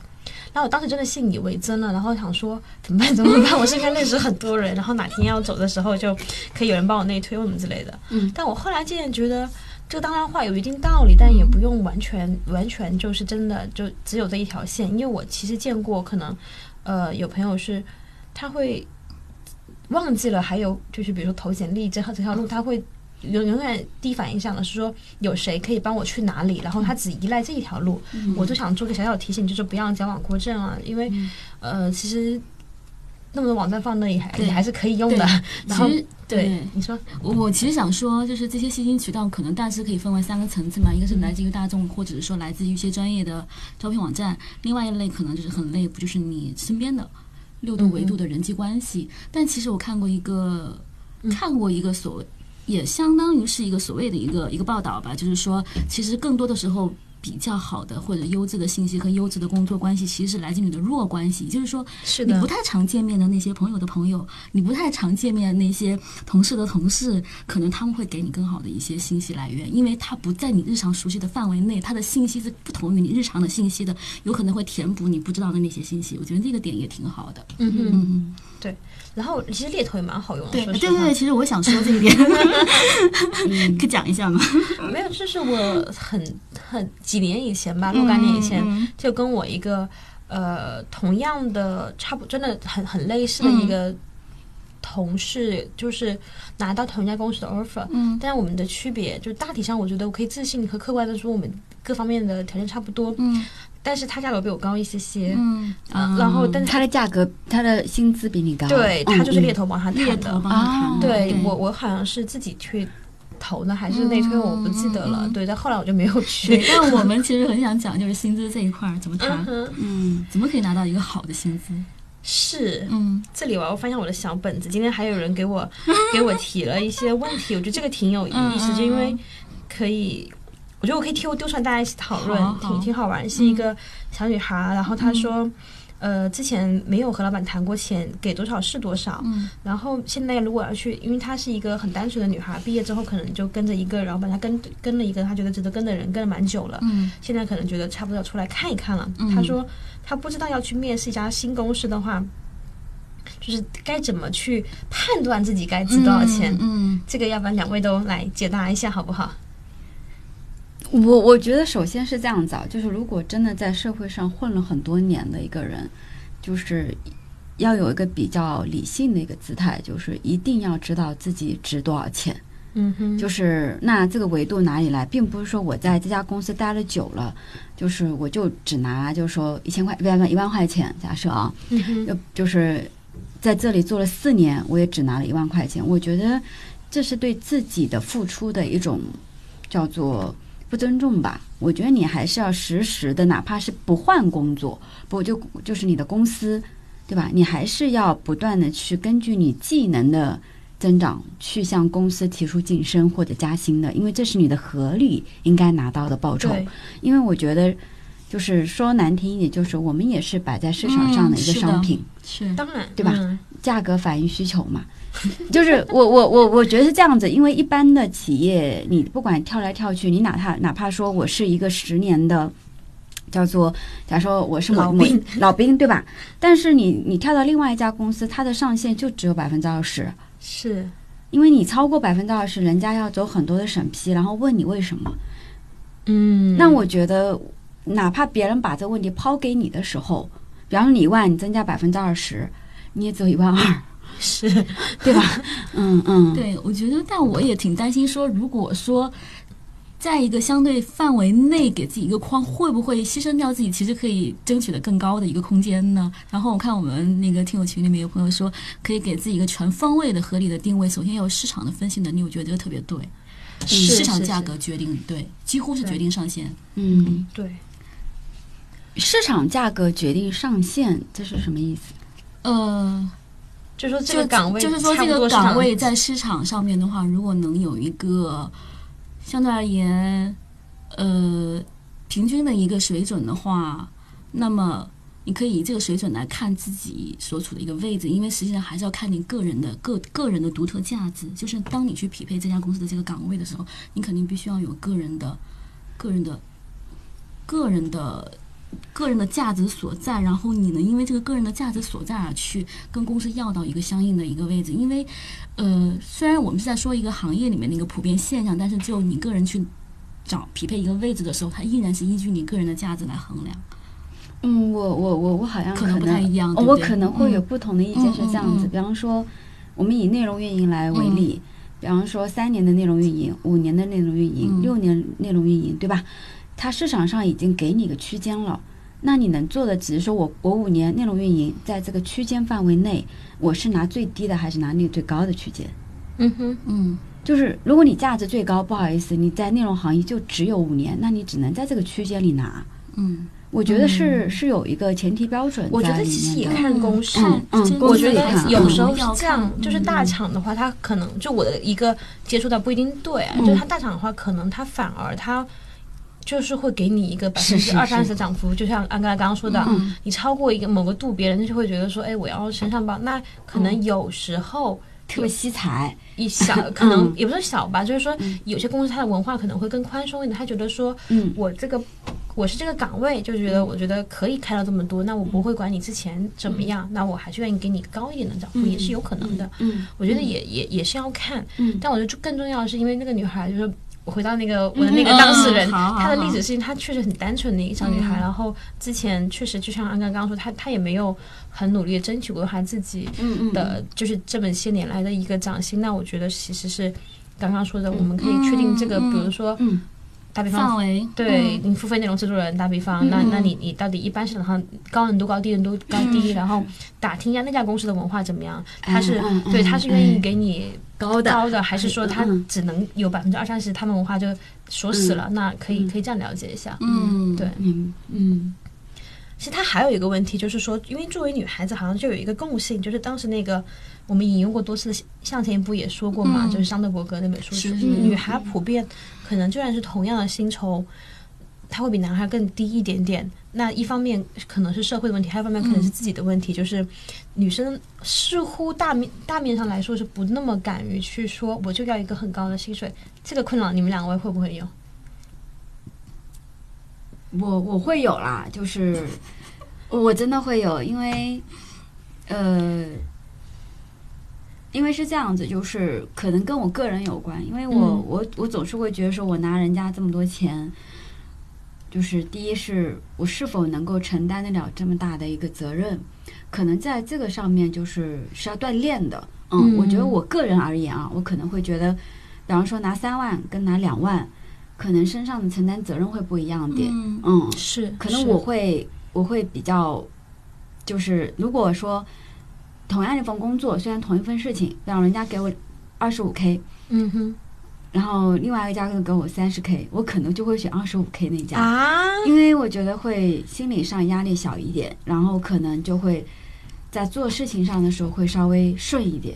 Speaker 3: 然后我当时真的信以为真了，然后想说怎么办怎么办？我身边认识很多人，然后哪天要走的时候就可以有人帮我内推或什么之类的。
Speaker 1: 嗯，
Speaker 3: 但我后来渐渐觉得，这当然话有一定道理，但也不用完全、完全就是真的就只有这一条线，因为我其实见过可能，呃，有朋友是他会忘记了，还有就是比如说投简历这条这条路，他会。永永远第一反应想的是说有谁可以帮我去哪里，然后他只依赖这一条路，
Speaker 2: 嗯
Speaker 3: 我就想做个小小提醒，就是不要矫枉过正啊，因为、呃，其实那呃么多网站放那里还
Speaker 2: 对
Speaker 3: 也还是可以用的
Speaker 2: 对。
Speaker 3: 然后
Speaker 2: 其实
Speaker 3: 对
Speaker 2: 对
Speaker 3: 你说，
Speaker 2: 我我其实想说，就是这些新兴渠道可能大致可以分为三个层次嘛，一个是来自于大众，或者是说来自于一些专业的招聘网站，另外一类可能就是很类，不就是你身边的六度维度的人际关系。但其实我看过一个，看过一个所谓，也相当于是一个所谓的一个一个报道吧，就是说，其实更多的时候。比较好的或者优质的信息和优质的工作关系，其实是来自于你的弱关系，也就是说，
Speaker 3: 是
Speaker 2: 你不太常见面的那些朋友的朋友，你不太常见面的那些同事的同事，可能他们会给你更好的一些信息来源，因为他不在你日常熟悉的范围内，他的信息是不同于你日常的信息的，有可能会填补你不知道的那些信息。我觉得这个点也挺好的。
Speaker 3: 嗯哼。
Speaker 2: 嗯，
Speaker 3: 然后其实猎头也蛮好用的，
Speaker 2: 对
Speaker 3: 说
Speaker 2: 对
Speaker 3: 实
Speaker 2: 对
Speaker 3: 话
Speaker 2: 对，其实我想说这一点，可以 讲一下吗？
Speaker 3: 没有，就是我很很几年以前
Speaker 2: 嗯
Speaker 3: 吧，若干年以前，就跟我一个呃同样的差不真的很很类似的
Speaker 2: 嗯
Speaker 3: 一个同事，就是拿到同一家公司的 offer，
Speaker 2: 嗯
Speaker 3: 但是我们的区别就大体上，我觉得我可以自信和客观的说，我们各方面的条件差不多，
Speaker 2: 嗯
Speaker 3: 但是他价格比我高一些些，
Speaker 2: 嗯
Speaker 3: 啊然后但是
Speaker 1: 它的价格，它的薪资比你高，
Speaker 3: 对他就是猎
Speaker 1: 头，
Speaker 3: 头帮他
Speaker 2: 猎
Speaker 3: 谈的
Speaker 2: 头，嗯帮他谈的，
Speaker 3: 对我，我好像是自己去投的，还是
Speaker 2: 嗯
Speaker 3: 内推，我不记得了。
Speaker 2: 嗯嗯嗯
Speaker 3: 对，但后来我就没有
Speaker 2: 对
Speaker 3: 去。，
Speaker 2: 但我们其实很想讲就是薪资这一块儿怎么
Speaker 3: 嗯
Speaker 2: 谈，
Speaker 3: 哼，
Speaker 1: 嗯，
Speaker 2: 怎么可以拿到一个好的薪资？
Speaker 3: 是。
Speaker 2: 嗯，
Speaker 3: 这里我要翻一下我的小本子，今天还有人给 我给我提了一些问题，我觉得这个挺有意思，
Speaker 2: 嗯嗯
Speaker 3: 就因为可以。我觉得我可以丢丢出来，大家一起讨论，
Speaker 2: 好好嗯
Speaker 3: 挺挺好玩。是一个小女孩，然后她说，呃，之前没有和老板谈过钱，给多少是多少。
Speaker 2: 嗯
Speaker 3: 然后现在如果要去，因为她是一个很单纯的女孩，毕业之后可能就跟着一个老板，她跟跟了一个她觉得值得跟的人，跟了蛮久了。
Speaker 2: 嗯
Speaker 3: 现在可能觉得差不多要出来看一看了。
Speaker 2: 嗯
Speaker 3: 他说他不知道要去面试一家新公司的话，就是该怎么去判断自己该值多少钱。
Speaker 2: 嗯，
Speaker 3: 这个要不然两位都来解答一下好不好？
Speaker 1: 我我觉得首先是这样子啊，就是如果真的在社会上混了很多年的一个人，就是要有一个比较理性的一个姿态，就是一定要知道自己值多少钱。
Speaker 3: 嗯哼，
Speaker 1: 就是那这个维度哪里来，并不是说我在这家公司待了久了，就是我就只拿就是说一千块，不不一万块钱，假设啊，
Speaker 3: 嗯哼，
Speaker 1: 要就是在这里做了四年，我也只拿了一万块钱。我觉得这是对自己的付出的一种叫做不尊重吧。我觉得你还是要实时的，哪怕是不换工作，不就就是你的公司，对吧？你还是要不断的去根据你技能的增长去向公司提出晋升或者加薪的，因为这是你的合理应该拿到的报酬。
Speaker 3: 对
Speaker 1: 因为我觉得，就是说难听一点，就是我们也是摆在市场上的一
Speaker 2: 嗯
Speaker 1: 个
Speaker 2: 是的
Speaker 1: 商品，
Speaker 2: 是
Speaker 3: 当然
Speaker 1: 对吧
Speaker 3: 嗯
Speaker 1: 价格反映需求嘛。 就是我我我我觉得是这样子，因为一般的企业，你不管跳来跳去，你哪怕哪怕说我是一个十年的。叫做，假如说我是某
Speaker 3: 老
Speaker 1: 某
Speaker 3: 兵
Speaker 1: 老兵对吧？但是你你跳到另外一家公司，它的上限就只有百分之二十，
Speaker 3: 是
Speaker 1: 因为你超过百分之二十，人家要走很多的审批，然后问你为什么。
Speaker 3: 嗯
Speaker 1: 那我觉得，哪怕别人把这个问题抛给你的时候，比方说你一万，你增加百分之二十，你也只有一万二，
Speaker 3: 是
Speaker 1: 对吧？嗯嗯，
Speaker 2: 对，我觉得，但我也挺担心说，如果说在一个相对范围内给自己一个框，会不会牺牲掉自己其实可以争取的更高的一个空间呢？然后我看我们那个听友群里面有朋友说，可以给自己一个全方位的合理的定位，首先要有市场的分析能力，我觉得这个特别对。
Speaker 3: 是
Speaker 2: 市场
Speaker 3: 是
Speaker 2: 价
Speaker 3: 是
Speaker 2: 格决定对，几乎是决
Speaker 3: 对
Speaker 2: 定上限。
Speaker 1: 嗯，
Speaker 3: 对
Speaker 1: 市场价格决定上限，这是什么意思？
Speaker 2: 呃，
Speaker 3: 就说这
Speaker 2: 就
Speaker 3: 个岗位
Speaker 2: 就是说
Speaker 3: 差
Speaker 2: 这
Speaker 3: 不
Speaker 2: 个
Speaker 3: 多市
Speaker 2: 岗
Speaker 3: 场
Speaker 2: 位在市场上面的话，如果能有一个相对而言，呃，平均的一个水准的话，那么你可以以这个水准来看自己所处的一个位置，因为实际上还是要看你个人的个个人的独特价值。就是当你去匹配这家公司的这个岗位的时候，你肯定必须要有个人的、个人的、个人的。个人的价值所在，然后你能因为这个个人的价值所在而去跟公司要到一个相应的一个位置，因为，呃，虽然我们是在说一个行业里面的一个普遍现象，但是就你个人去找匹配一个位置的时候，它依然是依据你个人的价值来衡量，
Speaker 1: 嗯，我我我我好像
Speaker 2: 可能不太一样，
Speaker 1: 哦
Speaker 2: 对不
Speaker 1: 我
Speaker 2: 对
Speaker 1: 可能会有不同的意见，
Speaker 2: 嗯
Speaker 1: 是这样子。
Speaker 2: 嗯嗯嗯
Speaker 1: 比方说，我们以内容运营来为例，比方说三年的内容运营、五年的内容运营、
Speaker 2: 嗯
Speaker 1: 六年内容运营，对吧？它市场上已经给你一个区间了，那你能做的只是说我我五年内容运营在这个区间范围内，我是拿最低的还是拿那个最高的区间？
Speaker 3: 嗯哼
Speaker 2: 嗯，
Speaker 1: 就是如果你价值最高，不好意思，你在内容行业就只有五年，那你只能在这个区间里拿。
Speaker 2: 嗯
Speaker 1: 我觉得是、是有一个前提标准在里面的。
Speaker 3: 我觉得其实也看公司
Speaker 1: 嗯嗯
Speaker 2: 真的
Speaker 1: 公
Speaker 3: 我
Speaker 1: 司
Speaker 3: 觉
Speaker 1: 也
Speaker 3: 得
Speaker 1: 看啊
Speaker 3: 有时候是
Speaker 2: 要
Speaker 3: 这
Speaker 2: 看
Speaker 3: 样，就是大厂的话，它可能就我的一个接触到不一定对啊，就是它
Speaker 1: 嗯
Speaker 3: 大厂的话，可能它反而它就是会给你一个百分
Speaker 1: 是是
Speaker 3: 之二三十的涨幅，就像安刚刚刚说的
Speaker 2: 嗯，
Speaker 3: 你超过一个某个度，别人就会觉得说，哎，我要升上榜。那可
Speaker 1: 嗯
Speaker 3: 能有时候。
Speaker 1: 特别惜才。
Speaker 3: 一小可能
Speaker 1: 嗯
Speaker 3: 也不是小吧，就是说有些公司它的文化可能会更宽松一点，他觉得说，
Speaker 1: 嗯
Speaker 3: 我这个我是这个岗位，就觉得
Speaker 2: 嗯
Speaker 3: 我觉得可以开到这么多，那我不会管你之前怎么
Speaker 2: 嗯
Speaker 3: 样，那我还是愿意给你高一点的涨幅，也是有可能的。
Speaker 1: 嗯
Speaker 3: 我觉得也也也是要看，
Speaker 1: 嗯
Speaker 3: 但我觉得就更重要的是，因为那个女孩就是。我回到那个我的
Speaker 2: 嗯
Speaker 3: 那个
Speaker 2: 嗯
Speaker 3: 当事人，
Speaker 2: 嗯好好
Speaker 3: 她的例
Speaker 2: 好嗯
Speaker 3: 子是，她确实很单纯的一个小女孩。然后之前确实就像安刚刚说，她她也没有很努力地争取过她自己
Speaker 1: 嗯嗯
Speaker 3: 的，就是这么些年来的一个涨薪。那我觉得其实是刚刚说的，我们可以确定这个，
Speaker 2: 嗯嗯嗯
Speaker 3: 比如说
Speaker 1: 嗯
Speaker 3: 打比
Speaker 2: 范
Speaker 3: 方，
Speaker 2: 围
Speaker 3: 对
Speaker 2: 嗯
Speaker 3: 你付费内容制作人打比方，那
Speaker 2: 嗯
Speaker 3: 那你你到底一般市场上高人多高，低人多高低，然后打听一下那家公司的文化怎么样，他是
Speaker 1: 嗯嗯
Speaker 3: 对他是愿
Speaker 1: 嗯
Speaker 3: 意给你
Speaker 1: 高的
Speaker 3: 高的，还是说他
Speaker 1: 嗯嗯
Speaker 3: 只能有百分之二三十，他们文化就锁死了？那可以可以这样了解一下，
Speaker 2: 嗯
Speaker 3: 对。
Speaker 1: 嗯嗯
Speaker 3: 其实她还有一个问题，就是说，因为作为女孩子，好像就有一个共性，就是当时那个我们引用过多次的向前一步也说过嘛，
Speaker 2: 嗯
Speaker 3: 就是桑德伯格那本书，
Speaker 2: 是
Speaker 3: 就是女孩普遍可能就算是同样的薪酬，她会比男孩更低一点点。那一方面可能是社会的问题，还有一方面可能是自己的问题，就是女生似乎大面大面上来说是不那么敢于去说我就要一个很高的薪水，这个困扰你们两位会不会有？
Speaker 1: 我我会有啦， 就是我真的会有，因为呃，因为是这样子，就是可能跟我个人有关，因为我、
Speaker 3: 嗯
Speaker 1: 我我总是会觉得说我拿人家这么多钱。就是第一是我是否能够承担得了这么大的一个责任，可能在这个上面就是是要锻炼的。嗯，
Speaker 3: 嗯
Speaker 1: 我觉得我个人而言啊，我可能会觉得，比方说拿三万跟拿两万，可能身上的承担责任会不一样点。
Speaker 2: 嗯
Speaker 1: 嗯，
Speaker 3: 是，
Speaker 1: 可能我会我会比较，就是如果说同样一份工作，虽然同一份事情，让人家给我二十五 k，
Speaker 3: 嗯哼
Speaker 1: 然后另外一家就给我三十 k，我可能就会选二十五 k 那家，
Speaker 3: 啊，
Speaker 1: 因为我觉得会心理上压力小一点，然后可能就会在做事情上的时候会稍微顺一点。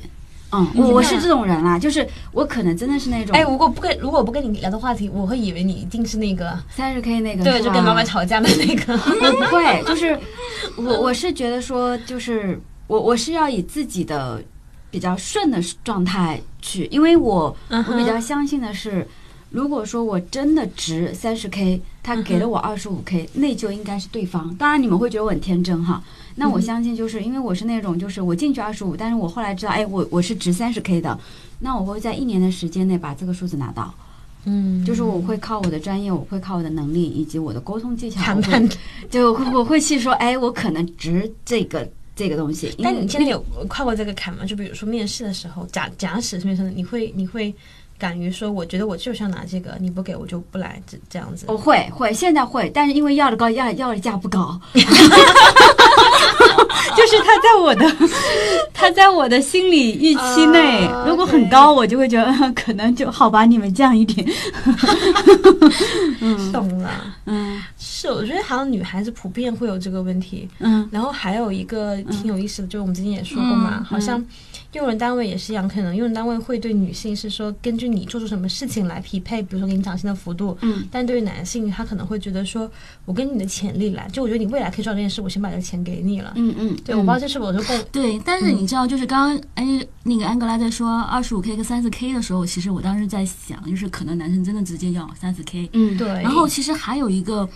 Speaker 1: 嗯，我我是这种人啦，就是我可能真的是那种，
Speaker 3: 哎，如果不跟如果我不跟你聊的话题，我会以为你一定是那个，啊
Speaker 1: 三十 K 那个，
Speaker 3: 对，就跟老板吵架的那 个。
Speaker 1: 不会，就是我我是觉得说，就是我我是要以自己的比较顺的状态去，因为我
Speaker 3: 嗯
Speaker 1: 我比较相信的是，如果说我真的值三十 K，他
Speaker 3: 嗯
Speaker 1: 给了我二十五 K，内疚应该是对方。当然你们会觉得我很天真哈，那
Speaker 3: 嗯
Speaker 1: 我相信就是因为我是那种就是我进去二十五，但是我后来知道，哎，我我是值三十 K 的，那我会在一年的时间内把这个数字拿到。
Speaker 3: 嗯，
Speaker 1: 就是我会靠我的专业，我会靠我的能力以及我的沟通技巧，
Speaker 3: 谈
Speaker 1: 我
Speaker 3: 判
Speaker 1: 会就我会我会去说，哎，我可能值这个这个东西。因
Speaker 3: 但
Speaker 1: 为
Speaker 3: 你现在有跨过这个坎吗？就比如说面试的时候，假假使是面试，你会你会敢于说，我觉得我就想拿这个，你不给我就不来，这这样子。
Speaker 1: 我会会现在会，但是因为要的高，要要的价不高， 就是他在我的 他在我的心理预期内，
Speaker 3: 啊
Speaker 1: 如果很高，我就会觉得 嗯可能就好吧，你们降一点。
Speaker 3: 懂了，
Speaker 1: 嗯
Speaker 3: 是，我觉得好像女孩子普遍会有这个问题。
Speaker 1: 嗯
Speaker 3: 然后还有一个
Speaker 2: 嗯
Speaker 3: 挺有意思的，就是我们之前也说过嘛，
Speaker 1: 嗯
Speaker 3: 好像用人单位也是一样，可能用人单位会对女性是说根据你做出什么事情来匹配，比如说给你涨薪的幅度，
Speaker 1: 嗯
Speaker 3: 但对于男性，他可能会觉得说，我根据你的潜力来，就我觉得你未来可以做到这件事，我先把这个钱给你了。
Speaker 1: 嗯嗯，
Speaker 3: 对，我不知道这是我就共
Speaker 2: 对，但是你知道，就是刚刚哎，那个安格拉在说二十五 K 跟三十 K 的时候，其实我当时在想，就是可能男生真的直接要三十 K，
Speaker 1: 嗯
Speaker 3: 对，
Speaker 2: 然后其实还有一个，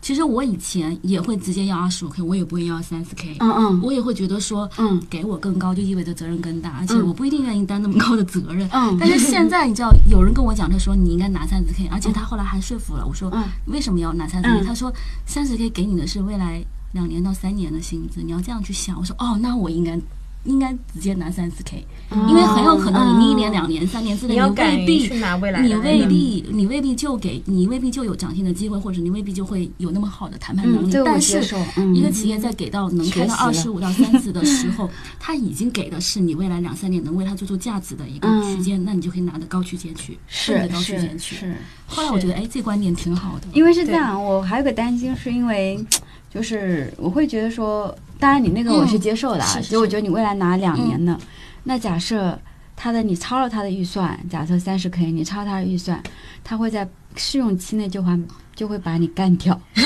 Speaker 2: 其实我以前也会直接要二十五 K，我也不会要三十 K，、
Speaker 1: 嗯嗯
Speaker 2: 我也会觉得说，
Speaker 1: 嗯
Speaker 2: 给我更高就意味着责任更大，而且
Speaker 1: 嗯
Speaker 2: 我不一定愿意担那么高的责任。
Speaker 1: 嗯
Speaker 2: 但是现在你知道，有人跟我讲，他说你应该拿三十 K，而且他后来还说服了我说，
Speaker 1: 嗯
Speaker 2: 为什么要拿三十 K？、
Speaker 1: 嗯
Speaker 2: 他说三十 K 给你的是未来两年到三年的薪资，你要这样去想。我说哦，那我应该应该直接拿三十 K，因
Speaker 1: 哦
Speaker 2: 为很有可
Speaker 1: 嗯
Speaker 2: 能你一年、两年、三年之内
Speaker 3: 你要敢
Speaker 2: 未
Speaker 3: 于
Speaker 2: 必
Speaker 3: 去拿未来的
Speaker 2: 你
Speaker 3: 那
Speaker 2: 未
Speaker 3: 个
Speaker 2: 必，你未必就给你未必就有涨薪的机会，或者你未必就会有那么好的谈判能
Speaker 1: 嗯
Speaker 2: 力。
Speaker 1: 这个我
Speaker 2: 但
Speaker 1: 接
Speaker 2: 是
Speaker 1: 受，嗯
Speaker 2: 一个企业在给到能开到二
Speaker 1: 学习
Speaker 2: 十
Speaker 1: 了
Speaker 2: 五到三十的时 候，它已经给的是你未来两三年能为它做出价值的一个
Speaker 1: 嗯
Speaker 2: 区间，那你就可以拿得高区间去，奔
Speaker 1: 是
Speaker 2: 着高区间
Speaker 1: 是
Speaker 2: 去。
Speaker 1: 是。
Speaker 2: 后来我觉得，哎，这观点挺好的。
Speaker 1: 因为是这
Speaker 3: 对
Speaker 1: 样，我还有个担心，是因为就是我会觉得说，当然你那个我是
Speaker 2: 嗯
Speaker 1: 接受的啊，
Speaker 2: 是是
Speaker 1: 就我
Speaker 2: 是
Speaker 1: 觉得你未来拿两年的，那假设他的你超了他的预算，假设三十 K，你超他的预算，他会在试用期内就还就会把你干掉。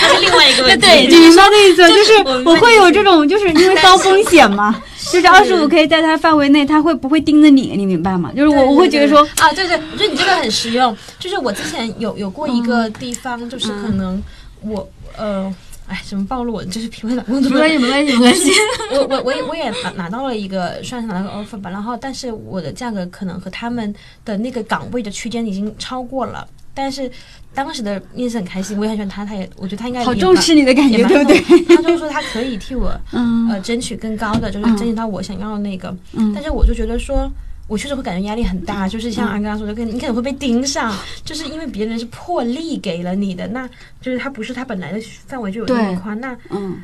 Speaker 3: 这是另外一个问题。
Speaker 2: 对
Speaker 1: 你明白的意思吗
Speaker 3: 就
Speaker 1: 就是是
Speaker 3: 我
Speaker 1: 我会有这种，就是因为高风险嘛，就是二十五 K 在他范围内，他会不会盯着你？你明白吗？就是我我会觉得说，
Speaker 3: 啊，对对，我觉得你这个很实用。就是我之前有有过一
Speaker 1: 嗯
Speaker 3: 个地方，就是可能我呃，哎，怎么暴露我就是平时打工
Speaker 2: 没
Speaker 3: 族
Speaker 2: 关系，没关系，没关系。
Speaker 3: 我我我也我也拿拿到了一个算是拿到个 offer 吧，然后但是我的价格可能和他们的那个岗位的区间已经超过了，但是当时的面试很开心，我也很喜欢他，他也我觉得他应该
Speaker 1: 好
Speaker 3: 也
Speaker 1: 重
Speaker 3: 蛮
Speaker 1: 视你的感
Speaker 3: 也
Speaker 1: 觉，
Speaker 3: 蛮
Speaker 1: 对不对？
Speaker 3: 对？他就说他可以替我
Speaker 1: 嗯
Speaker 3: 呃争取更高的，就是争取到我想要的那个，
Speaker 1: 嗯
Speaker 3: 但是我就觉得说。我确实会感觉压力很大，就是像安刚刚说的，可能你可能会被盯上，就是因为别人是破例给了你的，那就是他不是他本来的范围就有那
Speaker 1: 对
Speaker 3: 么宽，那
Speaker 1: 嗯，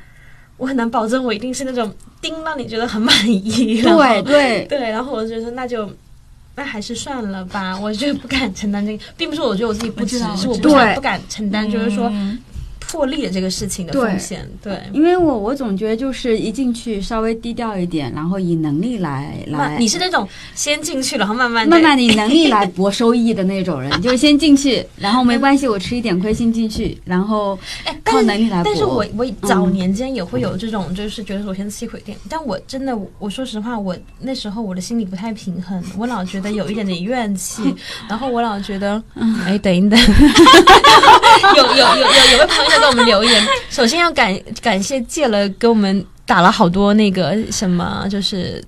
Speaker 3: 我很难保证我一定是那种盯到你觉得很满意，然后
Speaker 1: 对对，
Speaker 3: 对，然后我就觉得那就那还是算了吧，我就不敢承担这个，并不是我觉得我自己不
Speaker 2: 我
Speaker 3: 值
Speaker 2: 知道，
Speaker 3: 是我
Speaker 2: 我知
Speaker 3: 不
Speaker 1: 道
Speaker 3: 敢
Speaker 1: 对
Speaker 3: 不敢承担，就是说
Speaker 2: 嗯
Speaker 3: 破例的这个事情的风险，对。
Speaker 1: 因为我我总觉得就是一进去稍微低调一点，然后以能力来
Speaker 3: 那
Speaker 1: 来，
Speaker 3: 你是那种先进去，然后慢慢地
Speaker 1: 慢慢 地以能力来博收益的那种人，就是先进去，然后没关系，我吃一点亏先进去，然后
Speaker 3: 哎，但
Speaker 1: 靠
Speaker 3: 是
Speaker 1: 能力来博。
Speaker 3: 但是我我早
Speaker 1: 嗯
Speaker 3: 年间也会有这种，就是觉得我先吃一口点，但我真的，我说实话，我那时候我的心里不太平衡，我老觉得有一点点怨气，然后我老觉 得，
Speaker 1: 嗯
Speaker 3: 哎，等一等，有有有有有位朋友在给我们留言，首先要感感谢借了给我们打了好多那个什么，就是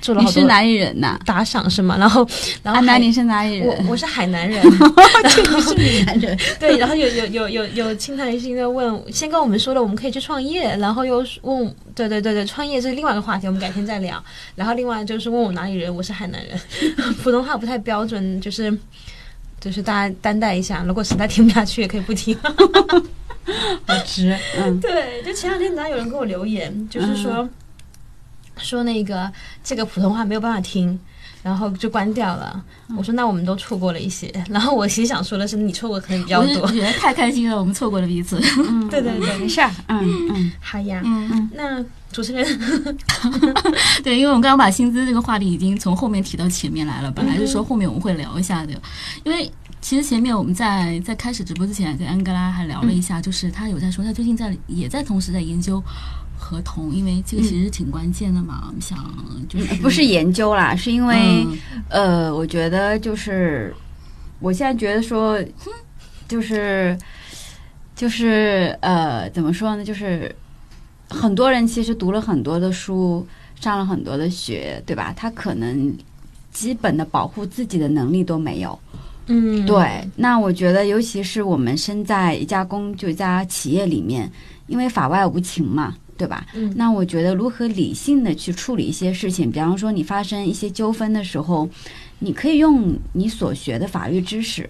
Speaker 3: 做了
Speaker 1: 你
Speaker 3: 好
Speaker 1: 是
Speaker 3: 多
Speaker 1: 哪里人呐？
Speaker 3: 打赏是吗？然后然后
Speaker 1: 安
Speaker 3: 还
Speaker 1: 南，你是哪里
Speaker 3: 我
Speaker 1: 人？
Speaker 3: 我是海南 人。
Speaker 1: 不是闽南人。
Speaker 3: 对，然后有有有有有青苔心在问，先跟我们说了我们可以去创业，然后又问，对对对对，创业是另外一个话题，我们改天再聊。然后另外就是问我哪里人，我是海南人， 普通话不太标准，就是就是大家担待一下，如果实在听不下去也可以不听。
Speaker 1: 我直，嗯
Speaker 3: 对，就前两天哪有人给嗯我留言，就是说、说那个这个普通话没有办法听。然后就关掉了。我说那我们都错过了一些，然后我其实想说的是，你错过可能比较
Speaker 2: 我
Speaker 3: 多
Speaker 2: 就。觉得太开心了，我们错过了彼此。
Speaker 3: 对对对
Speaker 1: 没，事儿，嗯嗯，
Speaker 3: 好呀。
Speaker 2: 嗯，
Speaker 3: 那主持人，
Speaker 2: 对，因为我们刚刚把薪资这个话题已经从后面提到前面来了，本来是说
Speaker 1: 嗯
Speaker 2: 后面我们会聊一下的，因为。其实前面我们在在开始直播之前，跟安哥拉还聊
Speaker 1: 嗯
Speaker 2: 了一下，就是他有在说，他最近在也在同时在研究合同，因为这个其实挺关键的嘛。我们想就是
Speaker 1: 嗯不是研究啦，是因为
Speaker 2: 嗯
Speaker 1: 呃，我觉得就是，我现在觉得说，就是，就是呃，怎么说呢？就是很多人其实读了很多的书，上了很多的学，对吧？他可能基本的保护自己的能力都没有。
Speaker 3: 嗯，
Speaker 1: 对，那我觉得，尤其是我们身在一家公就一家企业里面，因为法外无情嘛，对吧？
Speaker 3: 嗯
Speaker 1: 那我觉得如何理性的去处理一些事情，比方说你发生一些纠纷的时候，你可以用你所学的法律知识。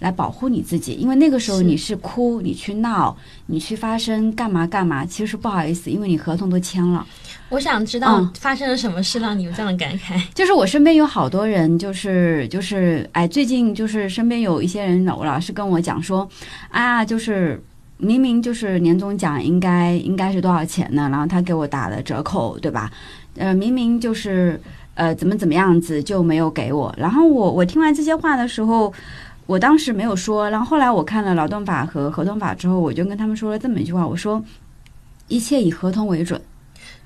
Speaker 1: 来保护你自己，因为那个时候
Speaker 3: 是
Speaker 1: 你是哭，你去闹，你去发生干嘛干嘛，其实不好意思，因为你合同都签了。
Speaker 3: 我想知道
Speaker 1: 嗯
Speaker 3: 发生了什么事让你有这样的感慨。
Speaker 1: 就是我身边有好多人，就是就是，哎，最近就是身边有一些人，我老是跟我讲说，啊，就是明明就是年终奖应该应该是多少钱呢？然后他给我打了折扣，对吧？呃，明明就是呃怎么怎么样子就没有给我。然后我我听完这些话的时候。我当时没有说，然后后来我看了劳动法和合同法之后，我就跟他们说了这么一句话，我说一切以合同为准。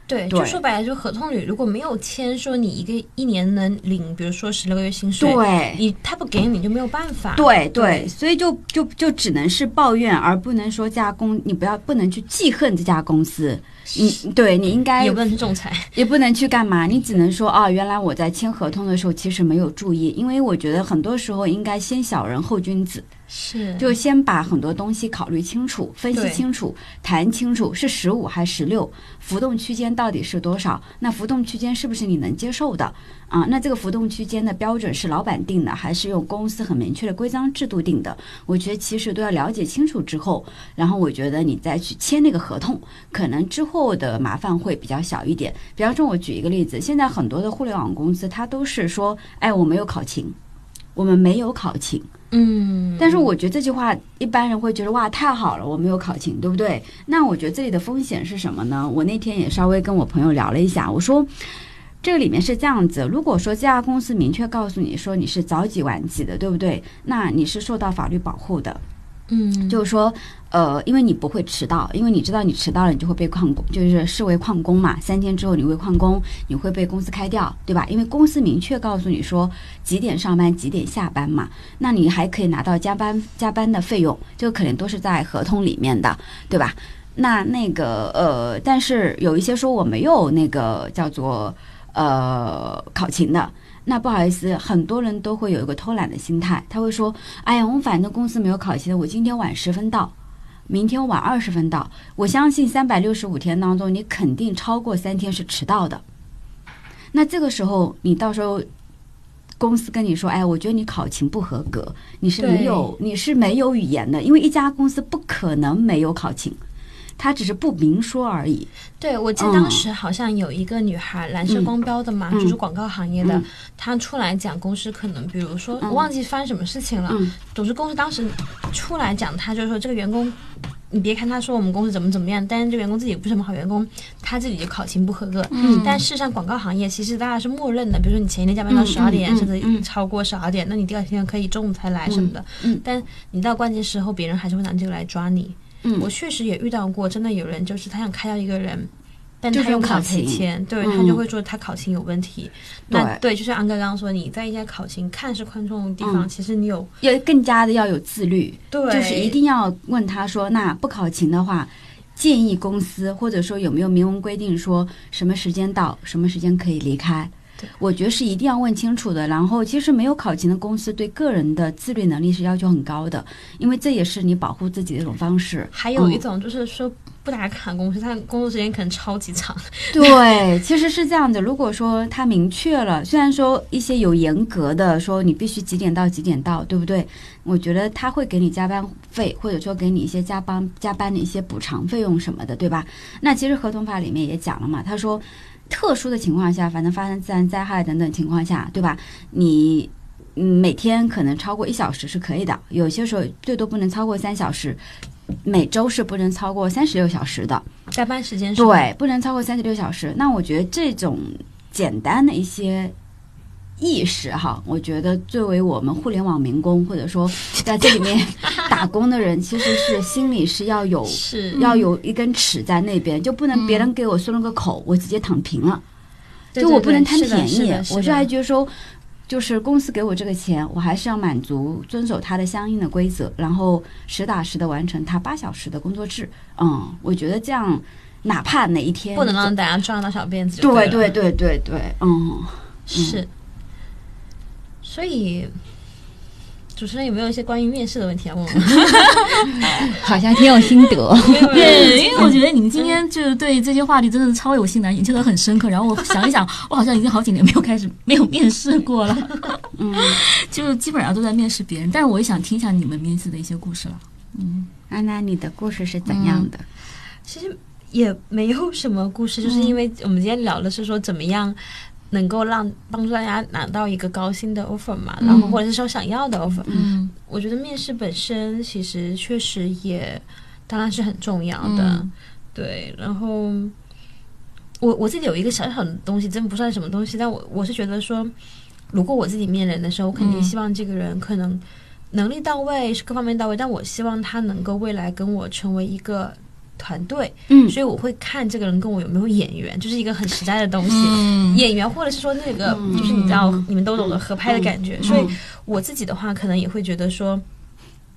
Speaker 3: 对，
Speaker 1: 对
Speaker 3: 就说白了，就合同里如果没有签说你一个一年能领，比如说十六个月薪水，
Speaker 1: 对
Speaker 3: 你他不给你就没有办法。
Speaker 1: 对对，所以就就就只能是抱怨，而不能说这家公，你不要不能去记恨这家公司，你对你应该
Speaker 3: 也不能去仲裁。
Speaker 1: 也不能去干嘛，你只能说啊，原来我在签合同的时候其实没有注意，因为我觉得很多时候应该先小人后君子，
Speaker 3: 是，
Speaker 1: 就先把很多东西考虑清楚、分析
Speaker 3: 对
Speaker 1: 清楚、谈清楚是十五还是十六，浮动区间到底是多少？那浮动区间是不是你能接受的啊？那这个浮动区间的标准是老板定的，还是用公司很明确的规章制度定的？我觉得其实都要了解清楚之后，然后我觉得你再去签那个合同，可能之后的麻烦会比较小一点。比方说，我举一个例子，现在很多的互联网公司，它都是说，哎，我没有考勤，我们没有考勤。
Speaker 3: 嗯，
Speaker 1: 但是我觉得这句话一般人会觉得哇太好了，我没有考勤，对不对？那我觉得这里的风险是什么呢？我那天也稍微跟我朋友聊了一下，我说这个里面是这样子，如果说这家公司明确告诉你说你是早几晚几的，对不对？那你是受到法律保护的，
Speaker 3: 嗯，
Speaker 1: 就是说，呃，因为你不会迟到，因为你知道你迟到了，你就会被旷工，就是视为旷工嘛。三天之后你会旷工，你会被公司开掉，对吧？因为公司明确告诉你说几点上班，几点下班嘛。那你还可以拿到加班加班的费用，这个可能都是在合同里面的，对吧？那那个呃，但是有一些说我没有那个叫做呃考勤的。那不好意思，很多人都会有一个偷懒的心态，他会说哎呀，我反正公司没有考勤的，我今天晚十分到，明天晚二十分到。我相信三百六十五天当中，你肯定超过三天是迟到的。那这个时候，你到时候公司跟你说，哎，我觉得你考勤不合格，你是没有你是没有语言的，因为一家公司不可能没有考勤，他只是不明说而已。
Speaker 3: 对，我记得
Speaker 1: 嗯
Speaker 3: 当时好像有一个女孩，蓝色光标的嘛，
Speaker 1: 嗯
Speaker 3: 就是广告行业的，
Speaker 1: 嗯
Speaker 3: 她出来讲公司可能，比如说、
Speaker 1: 嗯
Speaker 3: 我忘记发生什么事情了，
Speaker 1: 嗯
Speaker 3: 总之公司当时出来讲，她就说这个员工。你别看他说我们公司怎么怎么样，但是这个员工自己也不是什么好员工，他自己就考勤不合格。
Speaker 2: 嗯
Speaker 3: 但事实上广告行业其实大家是默认的，比如说你前一天加班到
Speaker 1: 嗯
Speaker 3: 十二点，
Speaker 1: 嗯嗯
Speaker 3: 甚至
Speaker 1: 嗯
Speaker 3: 超过十二点，那你第二天可以中午才来什么的。
Speaker 1: 嗯嗯
Speaker 3: 但你到关键时候，别人还是会拿这个来抓你。
Speaker 1: 嗯
Speaker 3: 我确实也遇到过，真的有人就是他想开掉一个人，但
Speaker 1: 就
Speaker 3: 他
Speaker 1: 是
Speaker 3: 用
Speaker 1: 用考
Speaker 3: 考勤
Speaker 1: 勤
Speaker 3: 签，对
Speaker 1: 嗯
Speaker 3: 他就会说他考勤有问题。那
Speaker 1: 对
Speaker 3: 对，就像安哥刚刚说，你在一家考勤看似宽松的地
Speaker 1: 嗯
Speaker 3: 方，其实你有
Speaker 1: 要更加的要有自律，
Speaker 3: 对，
Speaker 1: 就是一定要问他说，那不考勤的话，建议公司或者说有没有明文规定说什么时间到，什么时间可以离开
Speaker 3: 对。
Speaker 1: 我觉得是一定要问清楚的。然后，其实没有考勤的公司对个人的自律能力是要求很高的，因为这也是你保护自己的一种方式。
Speaker 3: 还有一
Speaker 1: 嗯
Speaker 3: 种就是说不打卡公司，他工作时间可能超级长。
Speaker 1: 嗯对，其实是这样的。如果说他明确了，虽然说一些有严格的说你必须几点到几点到，对不对？我觉得他会给你加班费，或者说给你一些加班加班的一些补偿费用什么的，对吧？那其实合同法里面也讲了嘛，他说特殊的情况下，反正发生自然灾害等等情况下，对吧？你。嗯，每天可能超过一小时是可以的，有些时候最多不能超过三小时，每周是不能超过三十六小时的。
Speaker 3: 加班时间是吧
Speaker 1: 对，不能超过三十六小时。那我觉得这种简单的一些意识哈，我觉得作为我们互联网民工或 者说在这里面打工的人，其实是心里是要有
Speaker 3: 是嗯
Speaker 1: 要有一根尺在那边，就不能别人给我松了个口，我直接躺平了。就我不能贪便宜，我就还觉得说，就是公司给我这个钱，我还是要满足遵守它的相应的规则，然后实打实的完成它八小时的工作制。嗯，我觉得这样，哪怕哪一天
Speaker 3: 不能让大家抓到小辫子就
Speaker 1: 嗯对
Speaker 3: 了
Speaker 1: 对对对对，嗯，
Speaker 3: 是。所以，主持人有没有一些关于面试的问题啊要问我 们？
Speaker 4: 好像挺有心得。
Speaker 2: 对，因为我觉得你
Speaker 1: 嗯
Speaker 2: 们今天就是对这些话题真的是超有心难，研究的很深刻。然后我想一想，我好像已经好几年没有开始没有面试过了，
Speaker 1: 嗯，
Speaker 2: 就是基本上都在面试别人。但是我也想听一下你们面试的一些故事了。
Speaker 1: 安娜，你的故事是怎
Speaker 3: 嗯
Speaker 1: 样的？
Speaker 3: 其实也没有什么故事，就是因为我们今天聊的是说怎么样能够让帮助大家拿到一个高薪的 offer 嘛，然后或者是说想要的 offer。
Speaker 2: 嗯
Speaker 3: 我觉得面试本身其实确实也当然是很重要的，
Speaker 2: 嗯
Speaker 3: 对。然后我我自己有一个小小的东西，真不算什么东西，但我我是觉得说，如果我自己面人的时候，我肯定
Speaker 2: 嗯
Speaker 3: 希望这个人可能能力到位，是各方面到位，但我希望他能够未来跟我成为一个。团队，
Speaker 1: 嗯
Speaker 3: 所以我会看这个人跟我有没有眼缘，就是一个很实在的东西。
Speaker 2: 嗯
Speaker 3: 演员，或者是说那个，就是你知道，你们都懂得合拍的感
Speaker 2: 嗯
Speaker 3: 觉。所以我自己的话，可能也会觉得说，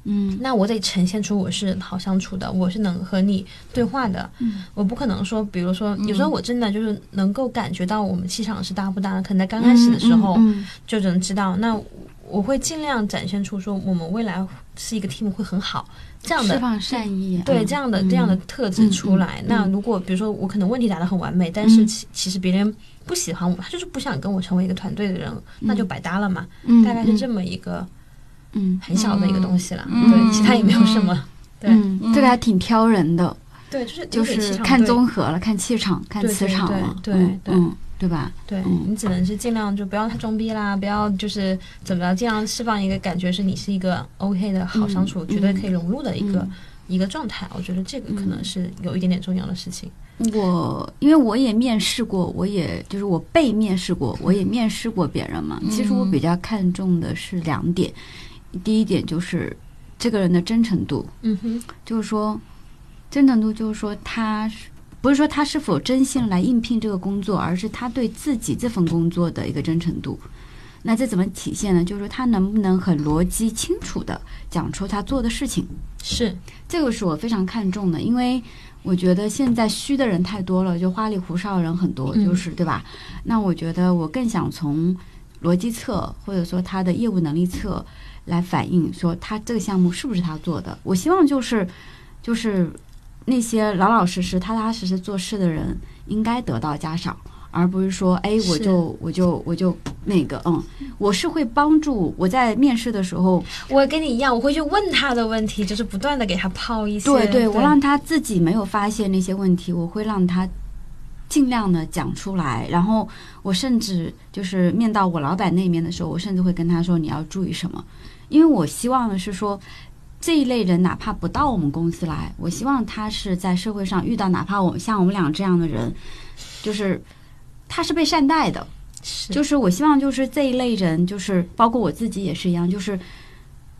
Speaker 1: 嗯
Speaker 3: 那我得呈现出我是好相处的，我是能和你对话的。
Speaker 1: 嗯
Speaker 3: 我不可能说，比如说，有时候我真的就是能够感觉到我们气场是搭不搭的，可能在刚开始的时候
Speaker 1: 嗯
Speaker 3: 就能知道。那我会尽量展现出说，我们未来是一个 team 会很好这样
Speaker 1: 释
Speaker 3: 的。
Speaker 1: 放善意，嗯
Speaker 3: 对这样的这样的特质出来，那如果比如说我可能问题答得很完美，但是其其实别人不喜欢我，他就是不想跟我成为一个团队的人，那就白搭了嘛。
Speaker 1: 嗯，
Speaker 3: 大概是这么一个
Speaker 1: 嗯，
Speaker 3: 很小的一个东西啦，
Speaker 2: 嗯
Speaker 3: 对，其他也没有什么。对
Speaker 1: 嗯，这个还挺挑人的，
Speaker 3: 对，就是
Speaker 1: 就
Speaker 3: 有点气
Speaker 1: 是
Speaker 3: 场
Speaker 1: 看
Speaker 3: 对
Speaker 1: 综合了，看气场，看
Speaker 3: 对
Speaker 1: 磁
Speaker 3: 对
Speaker 1: 场
Speaker 3: 对
Speaker 1: 了，
Speaker 3: 对
Speaker 1: 嗯
Speaker 3: 对
Speaker 1: 嗯，对吧？
Speaker 3: 对
Speaker 1: 嗯
Speaker 3: 你只能是尽量就不要太装逼啦，不要就是怎么样，尽量释放一个感觉是你是一个 OK 的好相处，
Speaker 1: 嗯
Speaker 3: 绝对可以融入的一个、
Speaker 1: 嗯
Speaker 3: 一个状态。我觉得这个可能是有一点点重要的事情。
Speaker 1: 我因为我也面试过，我也就是我被面试过，我也面试过别人
Speaker 3: 嗯
Speaker 1: 嘛。其实我比较看重的是两点，第一点就是这个人的真诚度，
Speaker 3: 嗯哼，
Speaker 1: 就是说真诚度，就是说他是不是说他是否真心来应聘这个工作，而是他对自己这份工作的一个真诚度。那这怎么体现呢？就是说他能不能很逻辑清楚的讲出他做的事情。
Speaker 3: 是
Speaker 1: 这个是我非常看重的，因为我觉得现在虚的人太多了，就花里胡哨的人很多，
Speaker 3: 嗯
Speaker 1: 就是、对吧？那我觉得我更想从逻辑侧或者说他的业务能力侧来反映说他这个项目是不是他做的。我希望就是就是那些老老实实、踏踏实实做事的人应该得到嘉赏。而不是说，哎，我
Speaker 3: 是
Speaker 1: 就我就我就那个，嗯，我是会帮助我在面试的时候，
Speaker 3: 我跟你一样，我会去问他的问题，就是不断的给他抛一些。
Speaker 1: 对对，我让他自己没有发现那些问题，我会让他尽量的讲出来。然后我甚至就是面到我老板那面的时候，我甚至会跟他说你要注意什么，因为我希望的是说。这一类人，哪怕不到我们公司来，我希望他是在社会上遇到，哪怕我像我们俩这样的人，就是他是被善待的，
Speaker 3: 是
Speaker 1: 就是我希望就是这一类人，就是包括我自己也是一样，就是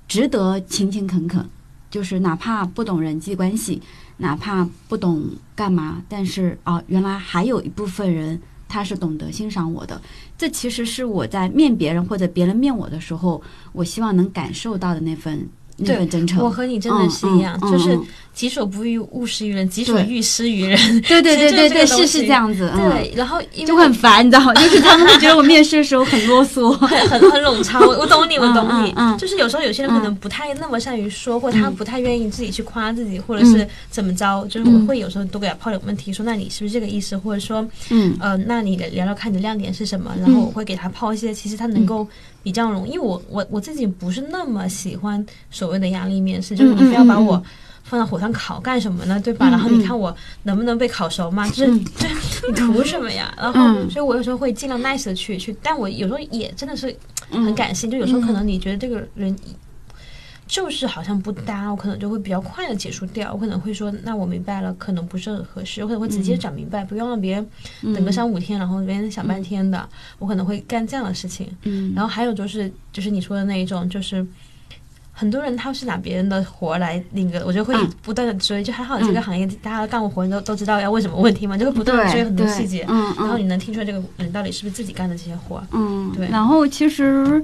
Speaker 1: 值得勤勤恳恳，就是哪怕不懂人际关系，哪怕不懂干嘛，但是啊，原来还有一部分人他是懂得欣赏我的。这其实是我在面别人或者别人面我的时候，我希望能感受到的那份那份真诚。
Speaker 3: 我和你真的是一样，
Speaker 1: 嗯嗯
Speaker 3: 就是
Speaker 1: 嗯
Speaker 3: 己所不欲，勿施于人；己所
Speaker 1: 对
Speaker 3: 欲，施于人。
Speaker 1: 对对对
Speaker 3: 其实就是
Speaker 1: 对对，
Speaker 3: 这个东
Speaker 1: 是
Speaker 3: 西
Speaker 1: 是这样子，嗯，
Speaker 3: 对，然后因为
Speaker 1: 就会很烦，你知道吗？就是他们会觉得我面试的时候很啰 嗦，
Speaker 3: 很很冗长，我我 懂你，我懂你。
Speaker 1: 嗯嗯嗯嗯
Speaker 3: 就是有时候有些人可能不太那么善于说，或者他不太愿意自己去夸自己，或者是怎么着，就是我会有时候多给他抛点问题，说那你是不是这个意思，或者说，
Speaker 1: 嗯
Speaker 3: 呃，那你聊聊看你的亮点是什么，然后我会给他抛一些，其实他能够比较容易，因为我我我自己不是那么喜欢所谓的压力面试，
Speaker 1: 嗯
Speaker 3: 就是你非要把我。放到火上烤干什么呢？对吧？然后你看我能不能被烤熟嘛？ 就是，就是你图什么 呀？然后，
Speaker 1: 嗯
Speaker 3: 所以我有时候会尽量 nice 的去去，但我有时候也真的是很
Speaker 1: 嗯
Speaker 3: 感性，就有时候可能你觉得这个人就是好像不搭，我可能就会比较快的结束掉，我可能会说，那我明白了，可能不是很合适，我可能会直接
Speaker 1: 嗯
Speaker 3: 讲明白，不用让别人等个三五天，然后别人想半天的，我可能会干这样的事情。
Speaker 1: 嗯
Speaker 3: 然后还有就是就是你说的那一种，就是很多人他是拿别人的活来那个，我就会
Speaker 1: 嗯
Speaker 3: 不断的追，就还好这个行业大家干过活，你都都知道要哎问什么问题嘛，就会不断的追
Speaker 1: 对
Speaker 3: 很多
Speaker 1: 对，
Speaker 3: 细节，
Speaker 1: 嗯
Speaker 3: 然后
Speaker 1: 嗯
Speaker 3: 你能听出来这个人到底是不是自己干的这些活。
Speaker 1: 嗯，
Speaker 3: 对
Speaker 1: 然后其实，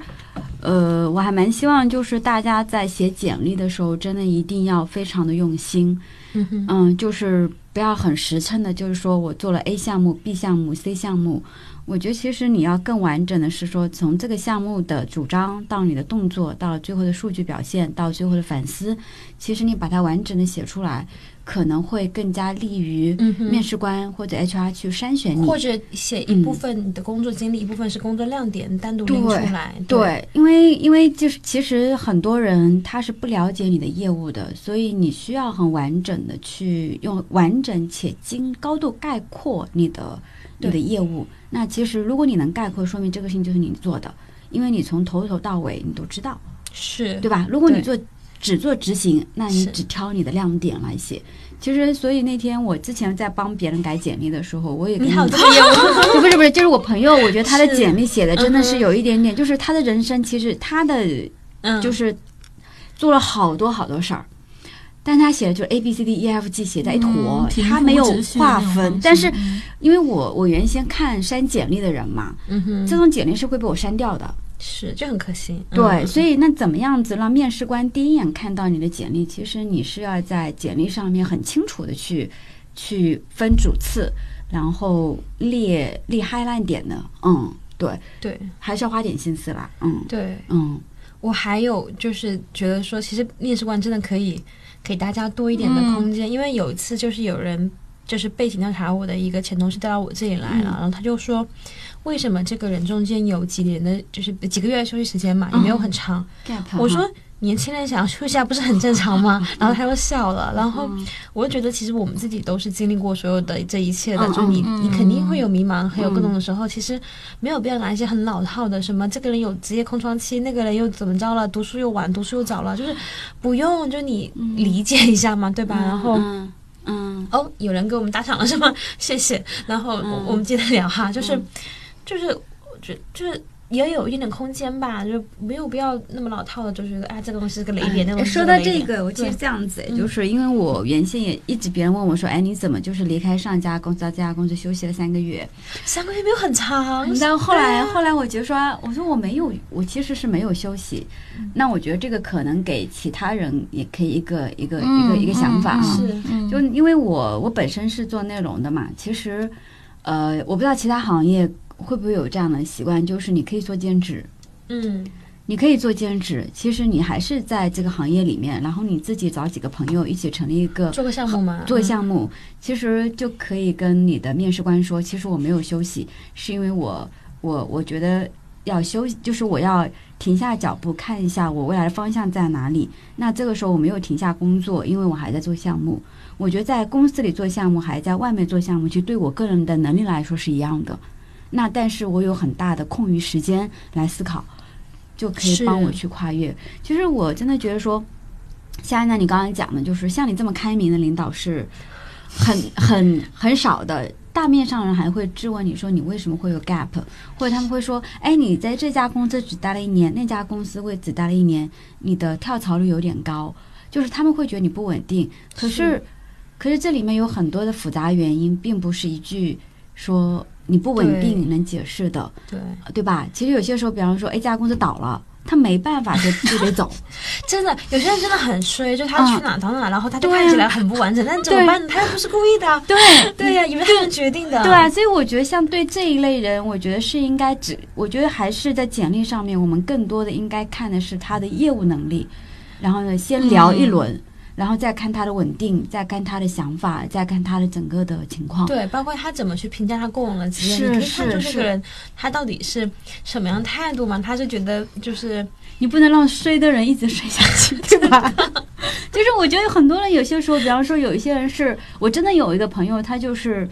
Speaker 1: 呃，我还蛮希望就是大家在写简历的时候，真的一定要非常的用心，
Speaker 3: 嗯哼，
Speaker 1: 嗯，就是不要很实诚的，就是说我做了 A 项目、B 项目、C 项目。我觉得其实你要更完整的是说，从这个项目的主张到你的动作，到最后的数据表现，到最后的反思，其实你把它完整的写出来，可能会更加利于
Speaker 3: 嗯哼
Speaker 1: 面试官或者 HR 去筛选你。
Speaker 3: 或者写一部分你的工作经历，一部分是工作亮点，单独拎出来。对，
Speaker 1: 对，因为因为就是其实很多人他是不了解你的业务的，所以你需要很完整的去用完整且精高度概括你的你的
Speaker 3: 对
Speaker 1: 业务。那其实如果你能概括，说明这个事情就是你做的，因为你从头头到尾你都知道，
Speaker 3: 是
Speaker 1: 对吧？如果你
Speaker 3: 对
Speaker 1: 做只做执行，那你
Speaker 3: 是
Speaker 1: 只挑你的亮点来写。其实，所以那天我之前在帮别人改简历的时候，我也跟
Speaker 3: 你
Speaker 1: 你
Speaker 3: 还有这个业务，
Speaker 1: 就 不是不是，就是我朋友，我觉得他的
Speaker 3: 是
Speaker 1: 简历写的真的
Speaker 3: 嗯
Speaker 1: 是
Speaker 3: 哼
Speaker 1: 有一点点，就是他的人生其实他的
Speaker 3: 嗯，
Speaker 1: 就是做了好多好多事儿，但他写的就是 A B C D E F G 写在一
Speaker 2: 嗯
Speaker 3: 嗯
Speaker 1: 坨，他没有划分。但是因为我我原先看删简历的人嘛，
Speaker 3: 嗯哼，
Speaker 1: 这种简历是会被我删掉的。
Speaker 3: 是就很可惜。嗯
Speaker 1: 对，所以那怎么样子让面试官第一眼看到你的简历？其实你是要在简历上面很清楚的去去分主次，然后列列 highlight 点的，嗯，对，
Speaker 3: 对
Speaker 1: 还是要花点心思啦，嗯
Speaker 3: 对，
Speaker 1: 嗯，
Speaker 3: 我还有就是觉得说，其实面试官真的可以给大家多一点的空间，因为有一次就是有人就是背景调查我的一个前同事调到我这里来了，然后他就说，为什么这个人中间有几年的，就是几个月的休息时间嘛，也没有很长。
Speaker 1: Gap
Speaker 3: 我
Speaker 1: 哈
Speaker 3: 说。年轻人想要休息一下不是很正常 吗？然后他又笑了，然后
Speaker 1: 嗯
Speaker 3: 我就觉得其实我们自己都是经历过所有的这一切的，
Speaker 1: 嗯
Speaker 3: 就你你肯定会有迷茫，还有各
Speaker 1: 嗯
Speaker 3: 种的时候，其实没有必要拿一些很老套的什么这个人有职业空窗期，那个人又怎么着了，读书又晚，读书又早了，就是不用，就你理解一下嘛，对吧？然后
Speaker 1: 嗯嗯
Speaker 3: 哦，有人给我们打赏了是吗？ 谢谢。然后我我们接着聊
Speaker 1: 嗯
Speaker 3: 哈，就是、就是我觉就是也有一定的空间吧，就没有必要那么老套的，就觉得哎，这个东西是个雷点，那个
Speaker 1: 哎
Speaker 3: 东西是
Speaker 1: 说到
Speaker 3: 雷
Speaker 1: 这
Speaker 3: 点
Speaker 1: 个，我其实
Speaker 3: 对
Speaker 1: 这样子，就是因为我原先也一直别人问我说，哎，你怎么就是离开上一家公司到这家公司休息了三个月？
Speaker 3: 三个月没有很长，
Speaker 1: 但后
Speaker 3: 对
Speaker 1: 来
Speaker 3: 啊
Speaker 1: 后来我觉得说，我说我没有，我其实是没有休息。那我觉得这个可能给其他人也可以一个一个一
Speaker 2: 嗯
Speaker 1: 个一个想法啊。
Speaker 3: 是
Speaker 1: 就因为我我本身是做内容的嘛，其实呃，我不知道其他行业会不会有这样的习惯，就是你可以做兼职。
Speaker 3: 嗯
Speaker 1: 你可以做兼职，其实你还是在这个行业里面，然后你自己找几个朋友一起成立一个
Speaker 3: 做个项目嘛，
Speaker 1: 做
Speaker 3: 嗯
Speaker 1: 项目，其实就可以跟你的面试官说，其实我没有休息，是因为我我我觉得要休息，就是我要停下脚步看一下我未来的方向在哪里。那这个时候我没有停下工作，因为我还在做项目。我觉得在公司里做项目，还在外面做项目，其实对我个人的能力来说是一样的。那但是我有很大的空余时间来思考，就可以
Speaker 3: 是
Speaker 1: 帮我去跨越。其实我真的觉得说，夏安娜，你刚刚讲的就是像你这么开明的领导是很很很少的。大面上人还会质问你说你为什么会有 gap，或者他们会说，哎，你在这家公司只待了一年，那家公司会只待了一年，你的跳槽率有点高，就是他们会觉得你不稳定。可是，可是这里面有很多的复杂原因，并不是一句说你不稳定能解释的。
Speaker 3: 对
Speaker 1: 对吧？其实有些时候，比方说 A 哎家公司倒了，他没办法就就得走。
Speaker 3: 真的，有些人真的很衰，就他去哪到哪，然后他就
Speaker 1: 对啊
Speaker 3: 看起来很不完整，但怎么
Speaker 1: 对
Speaker 3: 办呢？他又不是故意的啊。
Speaker 1: 对
Speaker 3: 对呀，以为他能决定的。
Speaker 1: 对啊，所以我觉得像对这一类人，我觉得是应该只，我觉得还是在简历上面，我们更多的应该看的是他的业务能力，然后呢，先聊一轮。然后再看他的稳定，再看他的想法，再看他的整个的情况。
Speaker 3: 对，包括他怎么去评价他过往的职业，
Speaker 1: 哦是
Speaker 3: 你可以看出
Speaker 1: 是
Speaker 3: 这个人他到底是什么样态度嘛？他是觉得就是
Speaker 1: 你不能让衰的人一直衰下去，对吧？就是我觉得很多人有些时候，比方说有一些人是我真的有一个朋友，他就是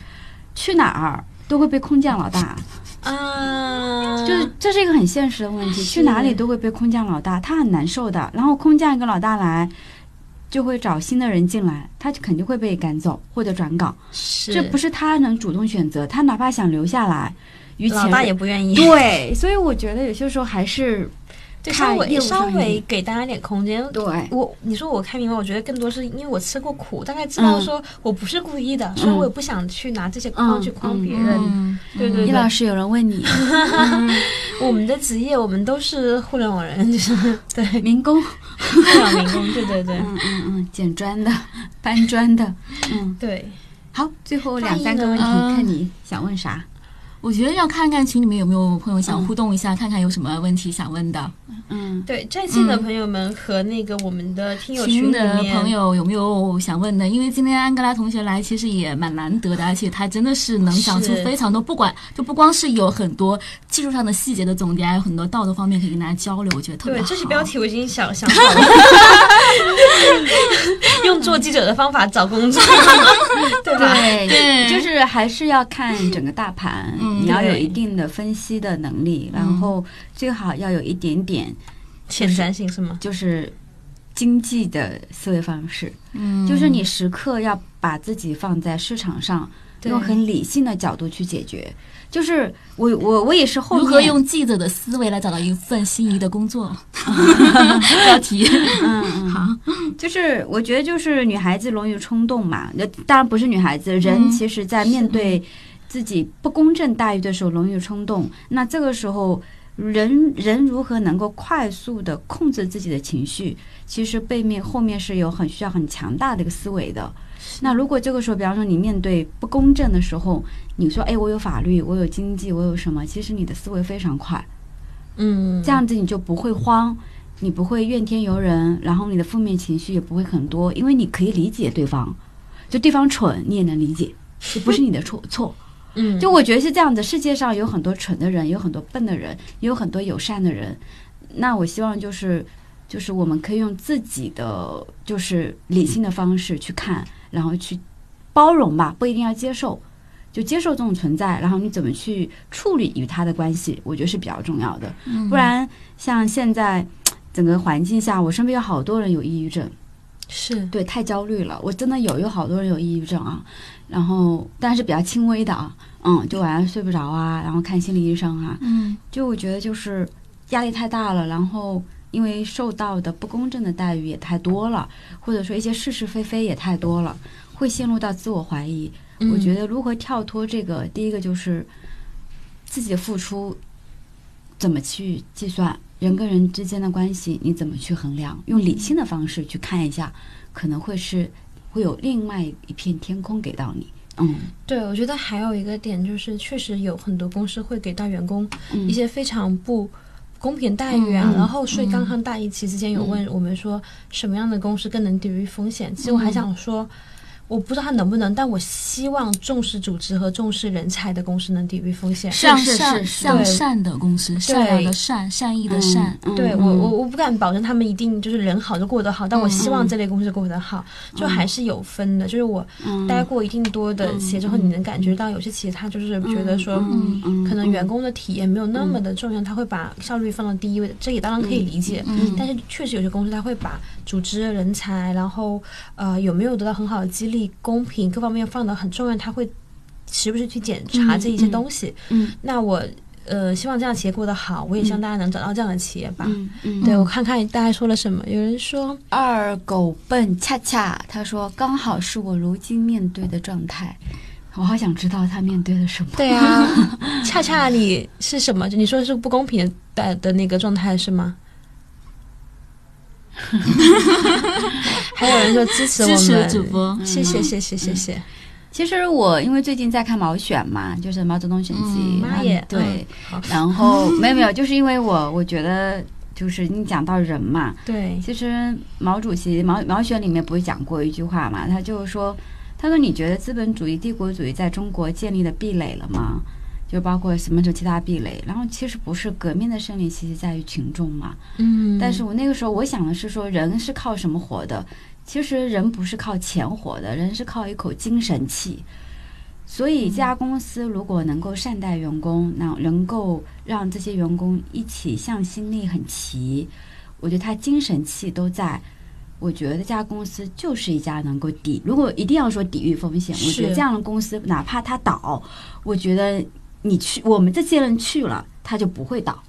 Speaker 1: 去哪儿都会被空降老大，
Speaker 3: 啊，
Speaker 1: 就是这是一个很现实的问题，去哪里都会被空降老大，他很难受的。然后空降一个老大来，就会找新的人进来，他就肯定会被赶走或者转岗，
Speaker 3: 是
Speaker 1: 这不是他能主动选择，他哪怕想留下来，于
Speaker 3: 老
Speaker 1: 前
Speaker 3: 大也不愿意。
Speaker 1: 对，所以我觉得有些时候还是
Speaker 3: 对，
Speaker 1: 看
Speaker 3: 稍微
Speaker 1: 业务
Speaker 3: 稍微
Speaker 1: 上面
Speaker 3: 给大家点空间。
Speaker 1: 对
Speaker 3: 我你说我看明白，我觉得更多是因为我吃过苦，大概知道
Speaker 1: 嗯
Speaker 3: 说我不是故意的，所以我也不想去拿这些框
Speaker 1: 嗯
Speaker 3: 去框
Speaker 1: 嗯
Speaker 3: 别
Speaker 1: 嗯
Speaker 3: 人。
Speaker 2: 嗯，
Speaker 3: 对对
Speaker 1: 叶
Speaker 3: 对
Speaker 1: 老，师有人问你嗯
Speaker 3: 我们的职业，我们都是互联网人，就是 对
Speaker 1: 嗯民工。
Speaker 3: 互联网民工，对对对
Speaker 1: 嗯嗯嗯，捡砖的，搬砖的，嗯，
Speaker 3: 对。
Speaker 1: 好，最后两三个
Speaker 3: 翻译
Speaker 1: 问
Speaker 3: 呢
Speaker 1: 题，
Speaker 2: 嗯
Speaker 1: 看你想问啥。
Speaker 2: 我觉得要看看群里面有没有朋友想
Speaker 1: 嗯
Speaker 2: 互动一下，看看有什么问题想问的。
Speaker 1: 嗯，
Speaker 3: 对，在线的
Speaker 2: 嗯
Speaker 3: 朋友们和那个我们的听友
Speaker 2: 群
Speaker 3: 里
Speaker 2: 的
Speaker 3: 面，
Speaker 2: 朋友有没有想问的？因为今天安哥拉同学来，其实也蛮难得的，而且他真的是能想出
Speaker 3: 是
Speaker 2: 非常多，不管就不光是有很多技术上的细节的总结，还有很多道德方面可以跟大家交流，我觉得特别
Speaker 3: 对，
Speaker 2: 好。
Speaker 3: 这些标题我已经想想好了， 用做记者的方法找工作， 对吧？
Speaker 1: 对，
Speaker 2: 对
Speaker 1: 就是还是要看整个大盘，
Speaker 2: 嗯
Speaker 1: 你要有
Speaker 3: 对
Speaker 1: 一定的分析的能力，然后最好要有一点点
Speaker 3: 前瞻性是吗？
Speaker 1: 就是经济的思维方式，
Speaker 2: 嗯，
Speaker 1: 就是你时刻要把自己放在市场上，
Speaker 3: 对
Speaker 1: 用很理性的角度去解决。就是我我我也是后
Speaker 2: 如
Speaker 1: 面
Speaker 2: 何用记者的思维来找到一份心仪的工 作？标题，
Speaker 1: 嗯嗯
Speaker 2: 好，
Speaker 1: 就是我觉得就是女孩子容易冲动嘛，那当然不是女孩子，人其实在面对自己不公正待遇的时候容易冲动，那这个时候。人人如何能够快速的控制自己的情绪？其实背面后面是有很需要很强大的一个思维的。那如果这个时候，比方说你面对不公正的时候，你说：“哎，我有法律，我有经济，我有什么？”其实你的思维非常快，
Speaker 3: 嗯，
Speaker 1: 这样子你就不会慌，你不会怨天尤人，然后你的负面情绪也不会很多，因为你可以理解对方，就对方蠢你也能理解，就不是你的错错。
Speaker 3: 嗯，
Speaker 1: 就我觉得是这样的，世界上有很多蠢的人，有很多笨的人，也有很多友善的人。那我希望就是，就是我们可以用自己的就是理性的方式去看，然后去包容吧，不一定要接受，就接受这种存在，然后你怎么去处理与他的关系，我觉得是比较重要的。
Speaker 2: 嗯
Speaker 1: 不然像现在整个环境下，我身边有好多人有抑郁症，
Speaker 3: 是
Speaker 1: 对，太焦虑了。我真的有有好多人有抑郁症啊，然后但是比较轻微的啊，嗯，就晚上睡不着啊，然后看心理医生啊，
Speaker 2: 嗯，
Speaker 1: 就我觉得就是压力太大了，然后因为受到的不公正的待遇也太多了，或者说一些是是非非也太多了，会陷入到自我怀疑。
Speaker 3: 嗯
Speaker 1: 我觉得如何跳脱这个，第一个就是自己的付出怎么去计算，人跟人之间的关系你怎么去衡量，用理性的方式去看一下，可能会是会有另外一片天空给到你。嗯
Speaker 3: 对，我觉得还有一个点就是，确实有很多公司会给到员工
Speaker 1: 嗯，
Speaker 3: 一些非常不公平待遇啊。
Speaker 1: 嗯
Speaker 3: 然后，所以刚刚大一期之前有问我们说，什么样的公司更能抵御风险？其实我还想说。我不知道他能不能，但我希望重视组织和重视人才的公司能抵御风险。
Speaker 2: 向
Speaker 1: 是是
Speaker 2: 善
Speaker 1: 是
Speaker 2: 向
Speaker 3: 对
Speaker 2: 善的公司，善良的善，善意的善。
Speaker 1: 嗯
Speaker 3: 对
Speaker 1: 嗯
Speaker 3: 我，我我不敢保证他们一定就是人好就过得好，但我希望这类公司过得好，就还是有分的。就是我
Speaker 1: 嗯
Speaker 3: 待过一定多的企业之后，你能感觉到有些企业它就是觉得说，
Speaker 1: 嗯嗯
Speaker 3: 可能员
Speaker 1: 工
Speaker 3: 工的体验没有那么的重要，他会把效率放到第一位的，这也当然可以理解。
Speaker 2: 嗯
Speaker 3: 但是确实有些公司他会把组织、人才，然后呃有没有得到很好的激励、公平各方面放得很重要，他会时不时去检查这一些东西。
Speaker 1: 嗯嗯
Speaker 3: 那我呃希望这样企业过得好，我也希望大家能找到这样的企业吧。
Speaker 1: 嗯嗯
Speaker 3: 对，我看看大家说了什么。有人 说，
Speaker 1: 二狗笨恰恰，他说刚好是我如今面对的状态，我好想知道他面对了什么。
Speaker 3: 对 啊，恰恰你是什么？你说是不公平的的那个状态是吗？还有人说支持我
Speaker 2: 支
Speaker 3: 们，
Speaker 2: 持主播，
Speaker 1: 嗯
Speaker 3: 谢谢谢谢谢谢，
Speaker 1: 其实我因为最近在看毛选嘛，就是毛泽东选
Speaker 2: 嗯
Speaker 1: 集，然
Speaker 3: 妈
Speaker 1: 后
Speaker 3: 耶
Speaker 1: 对，
Speaker 3: 嗯好
Speaker 1: 然后没有没有，就是因为我我觉得就是你讲到人嘛，
Speaker 3: 对，
Speaker 1: 其实毛主席毛毛选里面不是讲过一句话嘛，他就是说，他说你觉得资本主义、帝国主义在中国建立的壁垒了吗？就包括什么是其他壁垒，然后其实不是革命的胜利，其实在于群众嘛。
Speaker 3: 嗯
Speaker 1: 但是我那个时候我想的是说，人是靠什么活的？其实人不是靠钱活的，人是靠一口精神气。所以，
Speaker 3: 嗯
Speaker 1: 这家公司如果能够善待员工，那能够让这些员工一起向心力很齐，我觉得他精神气都在。我觉得这家公司就是一家能够抵，如果一定要说抵御风险，我觉得
Speaker 3: 是
Speaker 1: 这样的公司哪怕它倒，我觉得你去我们这些人去了，它就不会倒。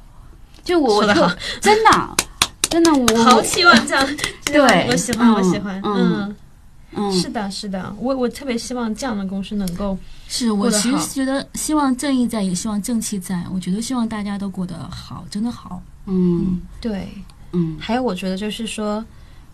Speaker 1: 就我
Speaker 3: 说得
Speaker 1: 特
Speaker 3: 好
Speaker 1: 真的，真的，我
Speaker 3: 好期望这样，
Speaker 1: 对
Speaker 3: 我喜欢，
Speaker 1: 嗯
Speaker 3: 我喜欢，
Speaker 1: 嗯
Speaker 3: 嗯，
Speaker 1: 嗯，
Speaker 3: 是的，是的，我我特别希望这样的公司能够，
Speaker 2: 是我
Speaker 3: 过得
Speaker 2: 其实
Speaker 3: 好
Speaker 2: 觉得希望正义在，也希望正气在。我觉得希望大家都过得好，真的好。
Speaker 1: 嗯
Speaker 3: 对，
Speaker 1: 嗯
Speaker 3: 还有我觉得就是说，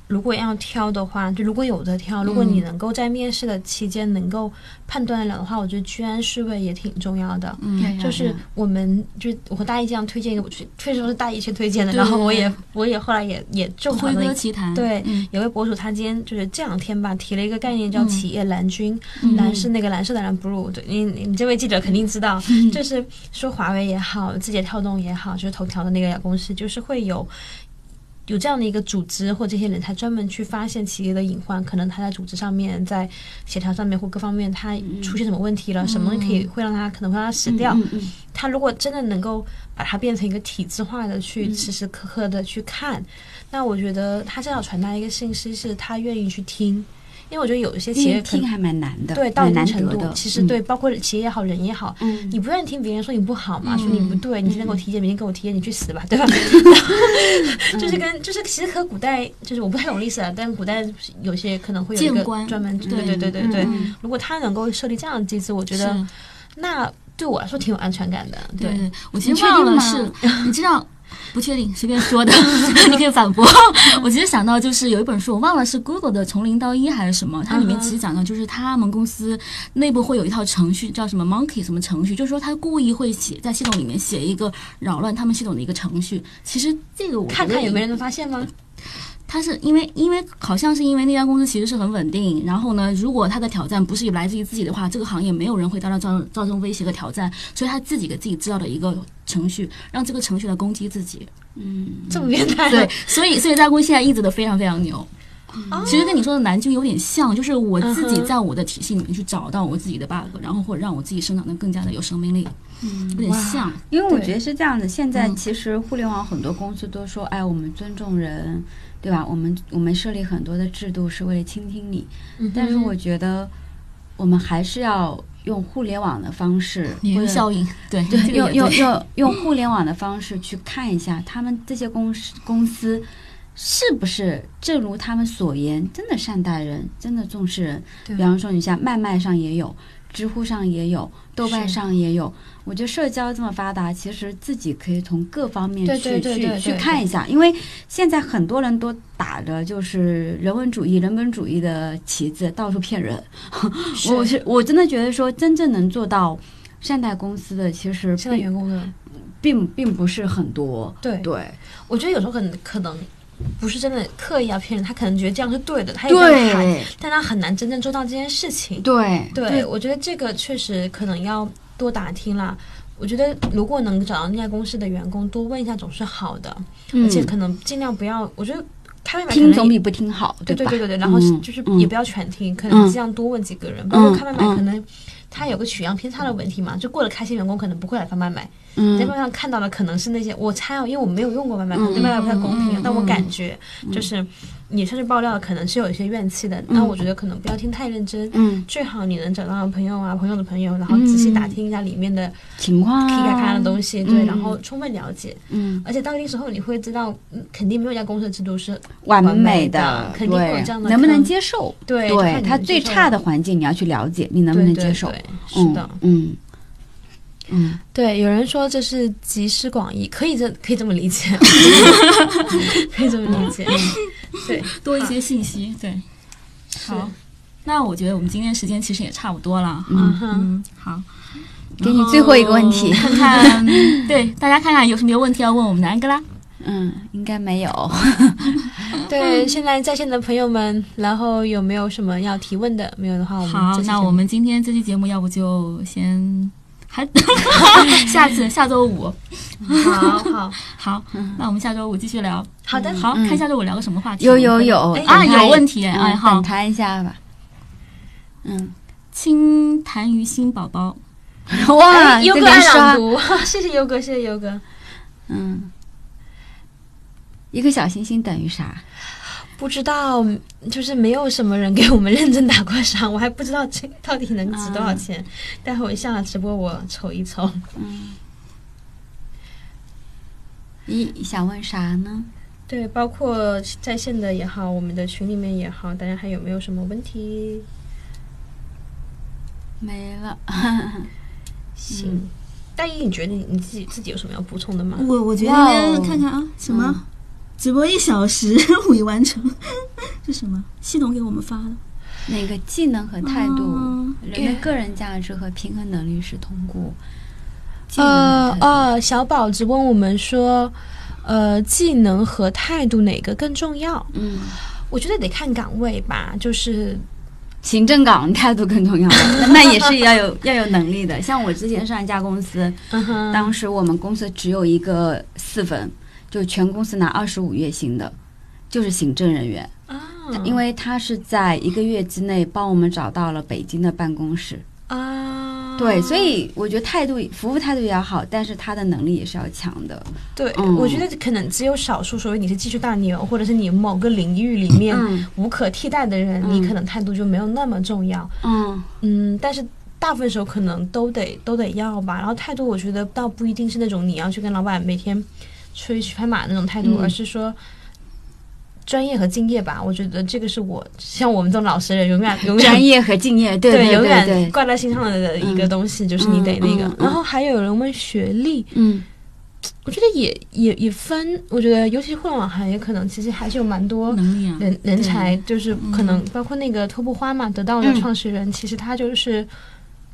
Speaker 3: 如果要挑的话，就如果有的
Speaker 2: 嗯
Speaker 3: 挑，如果你能够在面试的期间能够判断得了的话，我觉得居安思危也挺重要的。
Speaker 2: 嗯，
Speaker 3: 就是我们，就是我和大一这样推荐一个，我确确实是大一去推荐的，
Speaker 2: 对
Speaker 3: 然后我也我也后来也也正好
Speaker 2: 辉
Speaker 3: 的
Speaker 2: 哥奇谈，
Speaker 3: 对
Speaker 2: 嗯
Speaker 3: 有位博主，他今天就是这两天吧，提了一个概念叫
Speaker 2: 嗯
Speaker 3: 企业蓝军，
Speaker 2: 嗯
Speaker 3: 蓝是那个蓝色的蓝 blue，对你你这位记者肯定知道，
Speaker 1: 嗯
Speaker 3: 就是说华为也好，字节跳动也好，就是头条的那个公司，就是会有。有这样的一个组织或这些人，才专门去发现企业的隐患，可能他在组织上面、在协调上面或各方面，他出现什么问题了，什么可以会让他可能会让他死掉。
Speaker 1: 嗯嗯
Speaker 3: 他如果真的能够把它变成一个体制化的
Speaker 1: 嗯
Speaker 3: 去时时刻刻的去看，那我觉得他至少传达一个信息是他愿意去听，因为我觉得有一些企
Speaker 1: 因为
Speaker 3: 业可
Speaker 1: 听
Speaker 3: 能
Speaker 1: 还蛮难的，
Speaker 3: 对到一
Speaker 1: 蛮
Speaker 3: 定
Speaker 1: 难
Speaker 3: 程
Speaker 1: 得
Speaker 3: 度
Speaker 1: 的，，
Speaker 3: 其实对，包括企业也好，人也好。
Speaker 1: 嗯，
Speaker 3: 你不愿意听别人说你不好嘛？说你
Speaker 2: 嗯
Speaker 3: 不对，你今天给我提意见，明天给我提意见，你去死吧， 对吧？ 就是跟就是，其实和古代就是我不太懂历史啊，但古代有些可能会有一
Speaker 2: 谏
Speaker 3: 个
Speaker 2: 官
Speaker 3: 专门对
Speaker 2: 对
Speaker 3: 对对对对
Speaker 1: 嗯。
Speaker 3: 如果他能够设立这样的机制，我觉
Speaker 2: 是
Speaker 3: 得那对我来说挺有安全感的。
Speaker 2: 对对，我其
Speaker 1: 你
Speaker 2: 实
Speaker 1: 确
Speaker 2: 忘
Speaker 1: 定
Speaker 2: 了
Speaker 1: 吗
Speaker 2: 是，你知道。不确定，随便说的，你可以反驳。我其实想到就是有一本书，我忘了是 Google 的《从零到一》还是什么，它里面其实讲到就是他们公司内部会有一套程序，叫什么 Monkey 什么程序，就是说他故意会写在系统里面写一个扰乱他们系统的一个程序。其实这个我
Speaker 3: 看看有
Speaker 2: 没
Speaker 3: 没有人能发现吗？
Speaker 2: 他是因为因为好像是因为那家公司其实是很稳定，然后呢，如果他的挑战不是来自于自己的话，这个行业没有人会到他造造成威胁和挑战，所以他自己给自己制造了一个程序，让这个程序来攻击自己。
Speaker 3: 这么变态？
Speaker 2: 对，所以所以这家公司现在一直都非常非常牛。
Speaker 3: 哦
Speaker 2: 其实跟你说的南京有点像，就是我自己
Speaker 3: 嗯哼
Speaker 2: 在我的体系里面去找到我自己的 bug，然后或者让我自己生长的更加的有生命力，有点
Speaker 3: 哇
Speaker 2: 像。
Speaker 1: 因为我
Speaker 3: 对
Speaker 1: 觉得是这样的，现在
Speaker 2: 嗯
Speaker 1: 其实互联网很多公司都说，哎，我们尊重人，对吧？我们我们设立很多的制度是为了倾听你，
Speaker 3: 嗯哼
Speaker 1: 但是我觉得我们还是要用互联网的方式，
Speaker 2: 鲶
Speaker 1: 或
Speaker 2: 鱼
Speaker 1: 者
Speaker 2: 效应，对，
Speaker 3: 嗯
Speaker 1: 对，
Speaker 2: 这个
Speaker 1: 用
Speaker 2: 也
Speaker 1: 用
Speaker 2: 对。
Speaker 1: 用用互联网的方式去看一下，他们这些公司公司是不是正如他们所言，真的善待人，真的重视人。
Speaker 3: 对
Speaker 1: 比方说，你像麦麦上也有，知乎上也有，豆瓣
Speaker 3: 是
Speaker 1: 上也有。我觉得社交这么发达，其实自己可以从各方面
Speaker 3: 对
Speaker 1: 去
Speaker 3: 对对对
Speaker 1: 去去
Speaker 3: 对
Speaker 1: 看一下，因为现在很多人都打着就是人文主义、人本主义的旗子到处骗人。
Speaker 3: 是
Speaker 1: 我是我真的觉得说，真正能做到善待公司的，其实
Speaker 3: 现在
Speaker 1: 并
Speaker 3: 员工的，
Speaker 1: 并并不是很多。
Speaker 3: 对，
Speaker 1: 对
Speaker 3: 我觉得有时候可能可能不是真的刻意要骗人，他可能觉得这样是对的，他也这样喊，但他很难真正做到这件事情。
Speaker 1: 对
Speaker 3: 对，我觉得这个确实可能要多打听啦。我觉得如果能找到那家公司的员工，多问一下总是好的，而且可能尽量不要，我觉得开外卖可
Speaker 1: 嗯听
Speaker 3: 能
Speaker 1: 总比不听好，
Speaker 3: 对
Speaker 1: 吧？
Speaker 3: 对对对，然后是
Speaker 1: 嗯
Speaker 3: 就是
Speaker 1: 嗯
Speaker 3: 也不要全听，可能尽量多问几个人，包括看外卖
Speaker 1: 嗯
Speaker 3: 可能。他有个取样偏差的问题嘛，就过了开心员工可能不会来翻外卖，你在
Speaker 1: 嗯
Speaker 3: 外卖上看到的可能是那些我猜哦，因为我没有用过外卖，可能对外卖不太公
Speaker 1: 嗯
Speaker 3: 平，但我感觉就是你上去爆料的可能是有一些怨气的，那我觉得可能不要听太认真，
Speaker 1: 嗯，
Speaker 3: 最好你能找到朋友啊，朋友的朋友，然后仔细打听一下里面的
Speaker 1: 情况
Speaker 3: 皮卡卡
Speaker 1: 啊
Speaker 3: 的东西，对，
Speaker 1: 嗯
Speaker 3: 然后充分了解，
Speaker 1: 嗯，
Speaker 3: 而且到一定时候你会知道，嗯肯定没有一家公司的制度是
Speaker 1: 完
Speaker 3: 完美
Speaker 1: 的
Speaker 3: 的，肯定会有这样的
Speaker 1: 能不能
Speaker 3: 坑
Speaker 1: 接受？
Speaker 3: 对就看
Speaker 1: 对，
Speaker 3: 你
Speaker 1: 它
Speaker 3: 接
Speaker 1: 最
Speaker 3: 受
Speaker 1: 差的环境你要去了解，你能不
Speaker 3: 对
Speaker 1: 能
Speaker 3: 对
Speaker 1: 接受？
Speaker 3: 对是的，
Speaker 1: 嗯嗯
Speaker 3: 对，有人说这是
Speaker 1: 嗯
Speaker 3: 集思广益，可以这可以这么理解，可以这么理解。对，
Speaker 2: 多一些信息。对，好，那我觉得我们今天时间其实也差不多了。
Speaker 3: 嗯
Speaker 2: 嗯
Speaker 3: 哼，
Speaker 2: 嗯，好，
Speaker 4: 给你最后一个问题
Speaker 2: 然后 看看对大家看看有什么问题要问我们的安哥拉。
Speaker 4: 嗯，应该没有。
Speaker 1: 嗯
Speaker 3: 对，现在在线的朋友们，然后有没有什么要提问的？没有的话，我们
Speaker 2: 好
Speaker 3: 这，期
Speaker 2: 那
Speaker 3: 节目
Speaker 2: 我们今天这期节目要不就先 还下次下周五
Speaker 3: 好好
Speaker 2: 好，那我们下周五继续聊。
Speaker 3: 好 的，
Speaker 2: 好，
Speaker 4: 嗯
Speaker 2: 看下周五聊个什么话题？
Speaker 4: 有有有
Speaker 3: 哎
Speaker 2: 啊，
Speaker 4: 等他
Speaker 2: 有
Speaker 4: 一
Speaker 2: 问题哎，
Speaker 4: 嗯，
Speaker 2: 好
Speaker 4: 反，弹一下吧。嗯，
Speaker 2: 清谈鱼新宝宝，
Speaker 4: 哇，
Speaker 1: 啊
Speaker 3: 哎优
Speaker 4: 这
Speaker 3: 哥
Speaker 4: 连
Speaker 3: 爱
Speaker 4: 刷
Speaker 3: 朗，读， 谢谢优哥，谢谢优哥，
Speaker 4: 嗯，一个小星星等于啥？
Speaker 3: 不知道，就是没有什么人给我们认真打过赏，我 还不知道这到底能值多少钱。待会儿下了直播我瞅一瞅。
Speaker 1: 嗯
Speaker 4: 一想问啥呢？
Speaker 3: 对，包括在线的也好，我们的群里面也好，大家还有没有什么问题？
Speaker 4: 没了。
Speaker 3: 行，大一，你觉得你你自己自己有什么要补充的吗？
Speaker 5: 我我觉得
Speaker 4: 哇哦
Speaker 5: 应该看看啊，什么、直播一小 时未完成，这什么系统给我们发的？
Speaker 4: 那个技能和态度，
Speaker 5: 嗯
Speaker 4: 人的个人价值和平衡能力是通过技能和
Speaker 3: 呃
Speaker 4: 态度
Speaker 3: 呃，小宝只问我们说，呃，技能和态度哪个更重要？
Speaker 4: 嗯，
Speaker 3: 我觉得得看岗位吧，就是
Speaker 1: 行政岗态度更重 要，那也是要有要有能力的。像我之前上一家公司，
Speaker 3: 嗯哼，
Speaker 1: 当时我们公司只有一个四分，就全公司拿二十五月薪的，就是行政人员，
Speaker 3: 啊，
Speaker 1: 因为他是在一个月之内帮我们找到了北京的办公室。
Speaker 3: 啊，
Speaker 1: 对，所以我觉得态度、服务态度也要好，但是他的能力也是要强的。
Speaker 3: 对，
Speaker 1: 嗯
Speaker 3: 我觉得可能只有少数，所谓你是技术大牛，或者是你某个领域里面
Speaker 1: 嗯
Speaker 3: 无可替代的人，
Speaker 1: 嗯
Speaker 3: 你可能态度就没有那么重要。
Speaker 1: 嗯
Speaker 3: 嗯，但是大部分时候可能都得都得要吧。然后态度，我觉得倒不一定是那种你要去跟老板每天吹嘘拍马那种态度，
Speaker 1: 嗯
Speaker 3: 而是说。专业和敬业吧，我觉得这个是我像我们这种老实人，永远永远
Speaker 1: 专业和敬业，对对
Speaker 3: 永
Speaker 1: 对
Speaker 3: 远
Speaker 1: 对，嗯
Speaker 3: 挂在心上的一个东西，就是你得那个。
Speaker 1: 嗯嗯嗯
Speaker 3: 然后还有人问学历，
Speaker 1: 嗯
Speaker 3: 我觉得也也也分，我觉得尤其是互联网行业，可能其实还是有蛮多
Speaker 2: 能力啊，
Speaker 3: 人人才，就是可能
Speaker 2: 嗯
Speaker 3: 包括那个头部花嘛，得到的
Speaker 1: 嗯
Speaker 3: 创始人，其实他就是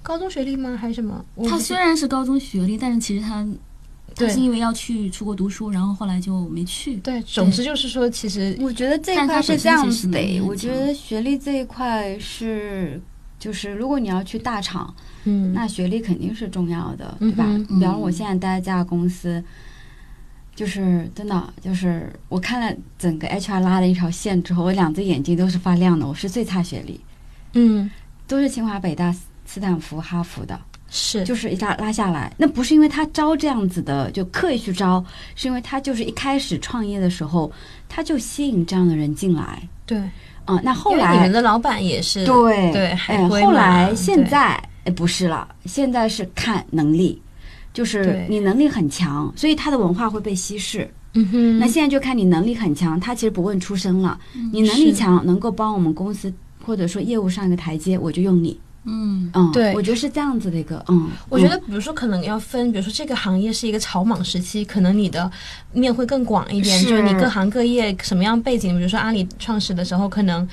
Speaker 3: 高中学历吗？还是什么？我
Speaker 2: 他
Speaker 3: 不知
Speaker 2: 虽然是高中学历，但是其实他他
Speaker 3: 对
Speaker 2: 是因为要去出国读书，然后后来就没去。
Speaker 3: 对，总之就是说，其实
Speaker 1: 我觉得这一
Speaker 2: 但
Speaker 1: 块
Speaker 2: 它
Speaker 1: 是
Speaker 2: 本
Speaker 1: 这
Speaker 2: 身
Speaker 1: 样
Speaker 2: 其
Speaker 1: 子
Speaker 2: 实
Speaker 1: 的
Speaker 2: 能力
Speaker 1: 诶，
Speaker 2: 很
Speaker 1: 我觉
Speaker 2: 强
Speaker 1: 得学历这一块是，就是如果你要去大厂，
Speaker 3: 嗯，
Speaker 1: 那学历肯定是重要的，对吧？
Speaker 3: 嗯
Speaker 1: 比方说我现在待在这家公司，就是真的，就是我看了整个 HR 拉了一条线之后，我两只眼睛都是发亮的。我是最差学历，
Speaker 3: 嗯
Speaker 1: 都是清华、北大、斯坦福、哈佛的，
Speaker 3: 是
Speaker 1: 就是一拉拉下来。那不是因为他招这样子的，就刻意去招，是因为他就是一开始创业的时候，他就吸引这样的人进来。
Speaker 3: 对，
Speaker 1: 嗯，那后
Speaker 3: 因为
Speaker 1: 来
Speaker 3: 你们的老板也是
Speaker 1: 对
Speaker 3: 对海
Speaker 1: 哎，
Speaker 3: 归
Speaker 1: 后
Speaker 3: 嘛
Speaker 1: 来现
Speaker 3: 对
Speaker 1: 在哎不是了，现在是看能力，就是
Speaker 3: 对
Speaker 1: 你能力很强，所以他的文化会被稀释。
Speaker 3: 嗯哼，
Speaker 1: 那现在就看你能力很强，他其实不问出身了，你能力
Speaker 3: 是
Speaker 1: 强能够帮我们公司或者说业务上一个台阶，我就用你。
Speaker 2: 嗯，
Speaker 1: 嗯，
Speaker 3: 对
Speaker 1: 我觉得是这样子的一个，嗯，
Speaker 3: 我觉
Speaker 1: 嗯
Speaker 3: 得，比如说，可能要分，比如说这个行业是一个草莽时期，可能你的面会更广一点，
Speaker 1: 是
Speaker 3: 就是你各行各业什么样背景，比如说阿里创始的时候，可能。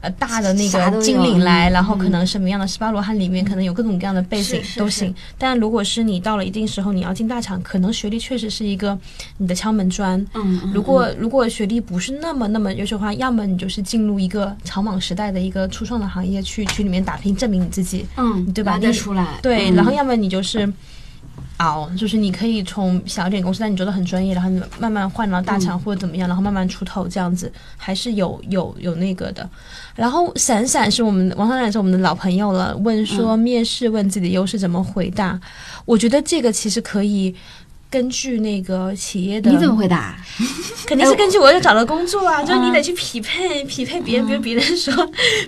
Speaker 3: 呃，大的那
Speaker 1: 啥都
Speaker 3: 个
Speaker 1: 有
Speaker 3: 经理来，
Speaker 1: 嗯
Speaker 3: 然后可能什么样的斯巴罗汉里面可能有各种各样的背景
Speaker 1: 是是
Speaker 3: 都行
Speaker 1: 是。
Speaker 3: 但如果是你到了一定时候，你要进大厂，可能学历确实是一个你的敲门砖。
Speaker 1: 嗯，嗯
Speaker 3: 如果如果学历不是那么那么优秀的话，要么你就是进入一个草莽时代的一个初创的行业去去里面打拼，证明你自己。
Speaker 1: 嗯，
Speaker 3: 对吧
Speaker 1: 拿得出来，
Speaker 3: 对，
Speaker 1: 嗯
Speaker 3: 然后要么你就是熬，就是你可以从小一点公司，但你做的很专业，然后你慢慢换到大厂或者怎么样，然后慢慢出头这样子，还是有有有那个的。然后闪闪是我们王闪闪是我们的老朋友了，问说
Speaker 1: 嗯
Speaker 3: 面试问自己的优势怎么回答，我觉得这个其实可以。根据那个企业的，
Speaker 1: 你怎么回答？哦
Speaker 3: 肯 定是根据我要找的工作啊，就是你得去匹配匹配别人，比如别人说，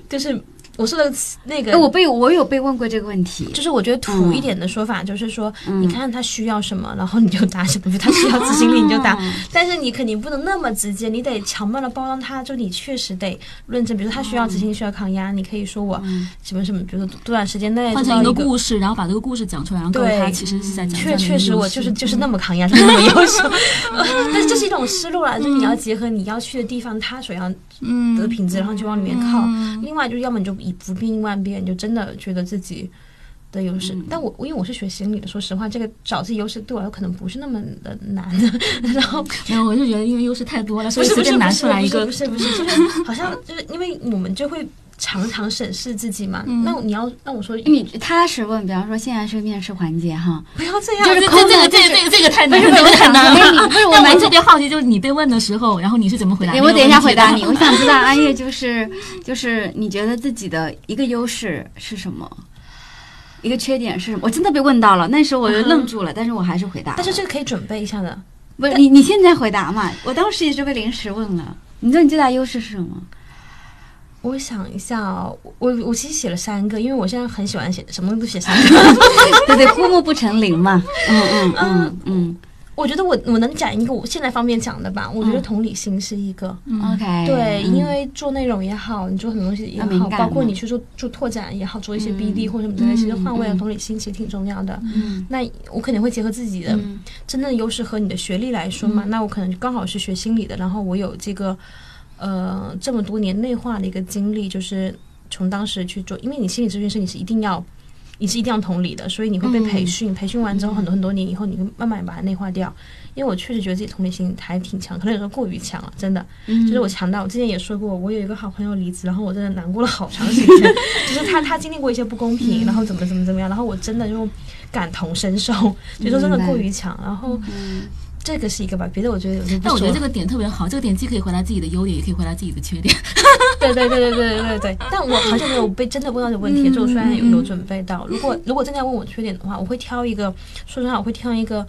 Speaker 3: 就是我说的词那个
Speaker 1: 哎，我被我有被问过这个问题，
Speaker 3: 就是我觉得土一点的说法，就是说，
Speaker 2: 嗯
Speaker 3: 你看他需要什么，然后你就打什么；他需要执行力，你就打。
Speaker 2: 哦
Speaker 1: 哎
Speaker 3: 但是你肯定不能那么直接，你得巧妙的包装他，就你确实得论证。比如说他需要执
Speaker 2: 哦
Speaker 3: 行力，需要抗压，你可以说我什么什么，比如说多短时间内
Speaker 2: 嗯换
Speaker 3: 做到
Speaker 2: 成一
Speaker 3: 一
Speaker 2: 个
Speaker 3: 个
Speaker 2: 故事，然后把这个故事讲出来，然后告诉他
Speaker 3: 对
Speaker 2: 其实是在讲这
Speaker 3: 确
Speaker 2: 样的一个嗯
Speaker 3: 确实，我
Speaker 2: 故事
Speaker 3: 就是就是那么抗压，就是那么 优秀，但是这是一种思路啦，就是
Speaker 2: 嗯
Speaker 3: 你要结合你要去的地方，他所要的
Speaker 5: 嗯
Speaker 3: 品质，然后去往里面靠。
Speaker 2: 嗯
Speaker 3: 另外就是，要么你就以不变应万变，你就真的觉得自己的优
Speaker 2: 嗯
Speaker 3: 势。但我因为我是学心理的，说实话，这个找自己优势对我来说可能不是那么的难。然后
Speaker 2: 没哎有，我就觉得因为优势太多了， 所
Speaker 3: 不
Speaker 2: 以
Speaker 3: 是
Speaker 2: 随
Speaker 3: 不是
Speaker 2: 便
Speaker 3: 不
Speaker 2: 拿
Speaker 3: 是
Speaker 2: 出来一个
Speaker 3: 不是不是，不是就是 好像就是因为我们就会常常审视自己嘛。
Speaker 2: 嗯
Speaker 3: 那你要让我说，
Speaker 2: 哎
Speaker 1: 你踏实问，比方说现在是面试环节 哈，
Speaker 3: 不要这样，
Speaker 1: 就是
Speaker 2: 这
Speaker 1: 空
Speaker 2: 这
Speaker 1: 的
Speaker 2: 个这个这个这个太难
Speaker 1: 不
Speaker 2: 了，
Speaker 1: 是不
Speaker 2: 这
Speaker 1: 是
Speaker 2: 个太难
Speaker 1: 我想
Speaker 2: 了。
Speaker 1: 哎不是不是
Speaker 2: 但
Speaker 1: 啊我
Speaker 2: 我
Speaker 1: 们
Speaker 2: 特别好奇，就是你被问的时候，然后你是怎么回答？
Speaker 1: 哎
Speaker 2: 没
Speaker 1: 我
Speaker 2: 有
Speaker 1: 等一下
Speaker 2: 问题
Speaker 1: 回答
Speaker 2: 的
Speaker 1: 你，我想 知道安叶就是就是你觉得自己的一个优势是什么，一个缺点是什么？我真的被问到了，那时候我就愣住嗯了，但是我还是回答了。
Speaker 3: 但是这个可以准备一下的。
Speaker 1: 不是你你现在回答嘛？我当时也是被临时问了。你说你最大优势是什么？
Speaker 3: 我想一下哦，我我我其实写了三个，因为我现在很喜欢写，什么都写三个。
Speaker 1: 对对，枯木不成林嘛。嗯嗯嗯
Speaker 3: 我觉得我我能讲一个我现在方便讲的吧。我
Speaker 2: 嗯
Speaker 3: 觉得同理心是一个，
Speaker 1: 嗯，OK。
Speaker 3: 对，
Speaker 1: 嗯
Speaker 3: 因为做内容也好，你做很多东西也
Speaker 1: 要
Speaker 3: 好，
Speaker 1: 敏感嘛
Speaker 3: 包括你去做做拓展也好，做一些 BD 或者什么之类，其实换位和同理心其实挺重要的。
Speaker 1: 嗯
Speaker 3: 那我肯定会结合自己的嗯
Speaker 1: 嗯
Speaker 3: 真正的优势和你的学历来说嘛，那我可能刚好是学心理的，然后我有这个呃这么多年内化的一个经历，就是从当时去做，因为你心理咨询师你是一定要。你是一定要同理的，所以你会被培训，培训完之后很多很多年以后，你会慢慢把它内化掉。因为我确实觉得自己同理心还挺强，可能有时候过于强了，真的。嗯就是
Speaker 2: 嗯
Speaker 3: 我强到，我之前也说过，我有一个好朋友离职，然后我真的难过了好长 时间，就是他他经历过一些不公平，
Speaker 2: 嗯
Speaker 3: 然后怎么怎么怎么样，然后我真的就感同身受，觉得真的过于强，然后
Speaker 1: 嗯
Speaker 3: 这个是一个吧，别的我觉得有些
Speaker 2: 嗯
Speaker 3: 不
Speaker 2: 但我觉得
Speaker 3: 说了
Speaker 2: 这个点特别好，这个点既可以回答自己的优点，也可以回答自己的缺点。
Speaker 3: 对对对对对对对对，但我好像没有被真的问到这个问题，就我虽然有
Speaker 2: 嗯
Speaker 3: 有准备到，如果如果真的要问我缺点的话，我会挑一个，说实话，我会挑一个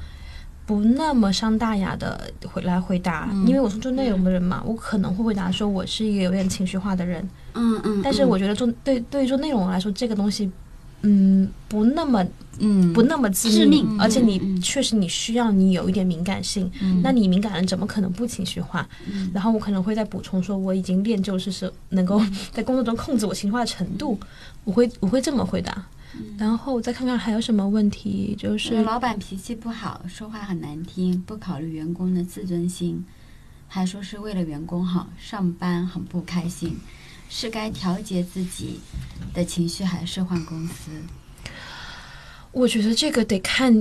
Speaker 3: 不那么伤大雅的回来回答，
Speaker 2: 嗯
Speaker 3: 因为我是做内容的人嘛，我可能会回答说我是一个有点情绪化的人，
Speaker 1: 嗯嗯。
Speaker 3: 但是我觉得做对对于做内容来说，这个东西。嗯，不那么
Speaker 2: 嗯，
Speaker 3: 不那么致
Speaker 1: 致命
Speaker 3: 而且
Speaker 1: 嗯
Speaker 3: 你
Speaker 1: 嗯
Speaker 3: 确实你需要你有一点敏感性，
Speaker 2: 嗯
Speaker 3: 那你敏感人怎么可能不情绪化？
Speaker 1: 嗯
Speaker 3: 然后我可能会再补充说，我已经练就是是能够
Speaker 1: 嗯
Speaker 3: 在工作中控制我情绪化的程度，我会我会这么回答，
Speaker 1: 嗯
Speaker 3: 然后再看看还有什么问题，就是
Speaker 1: 老板脾气不好，说话很难听，不考虑员工的自尊心，还说是为了员工好，上班很不开心，是该调节自己的情绪，还是换 公司？
Speaker 3: 我觉得这个得看，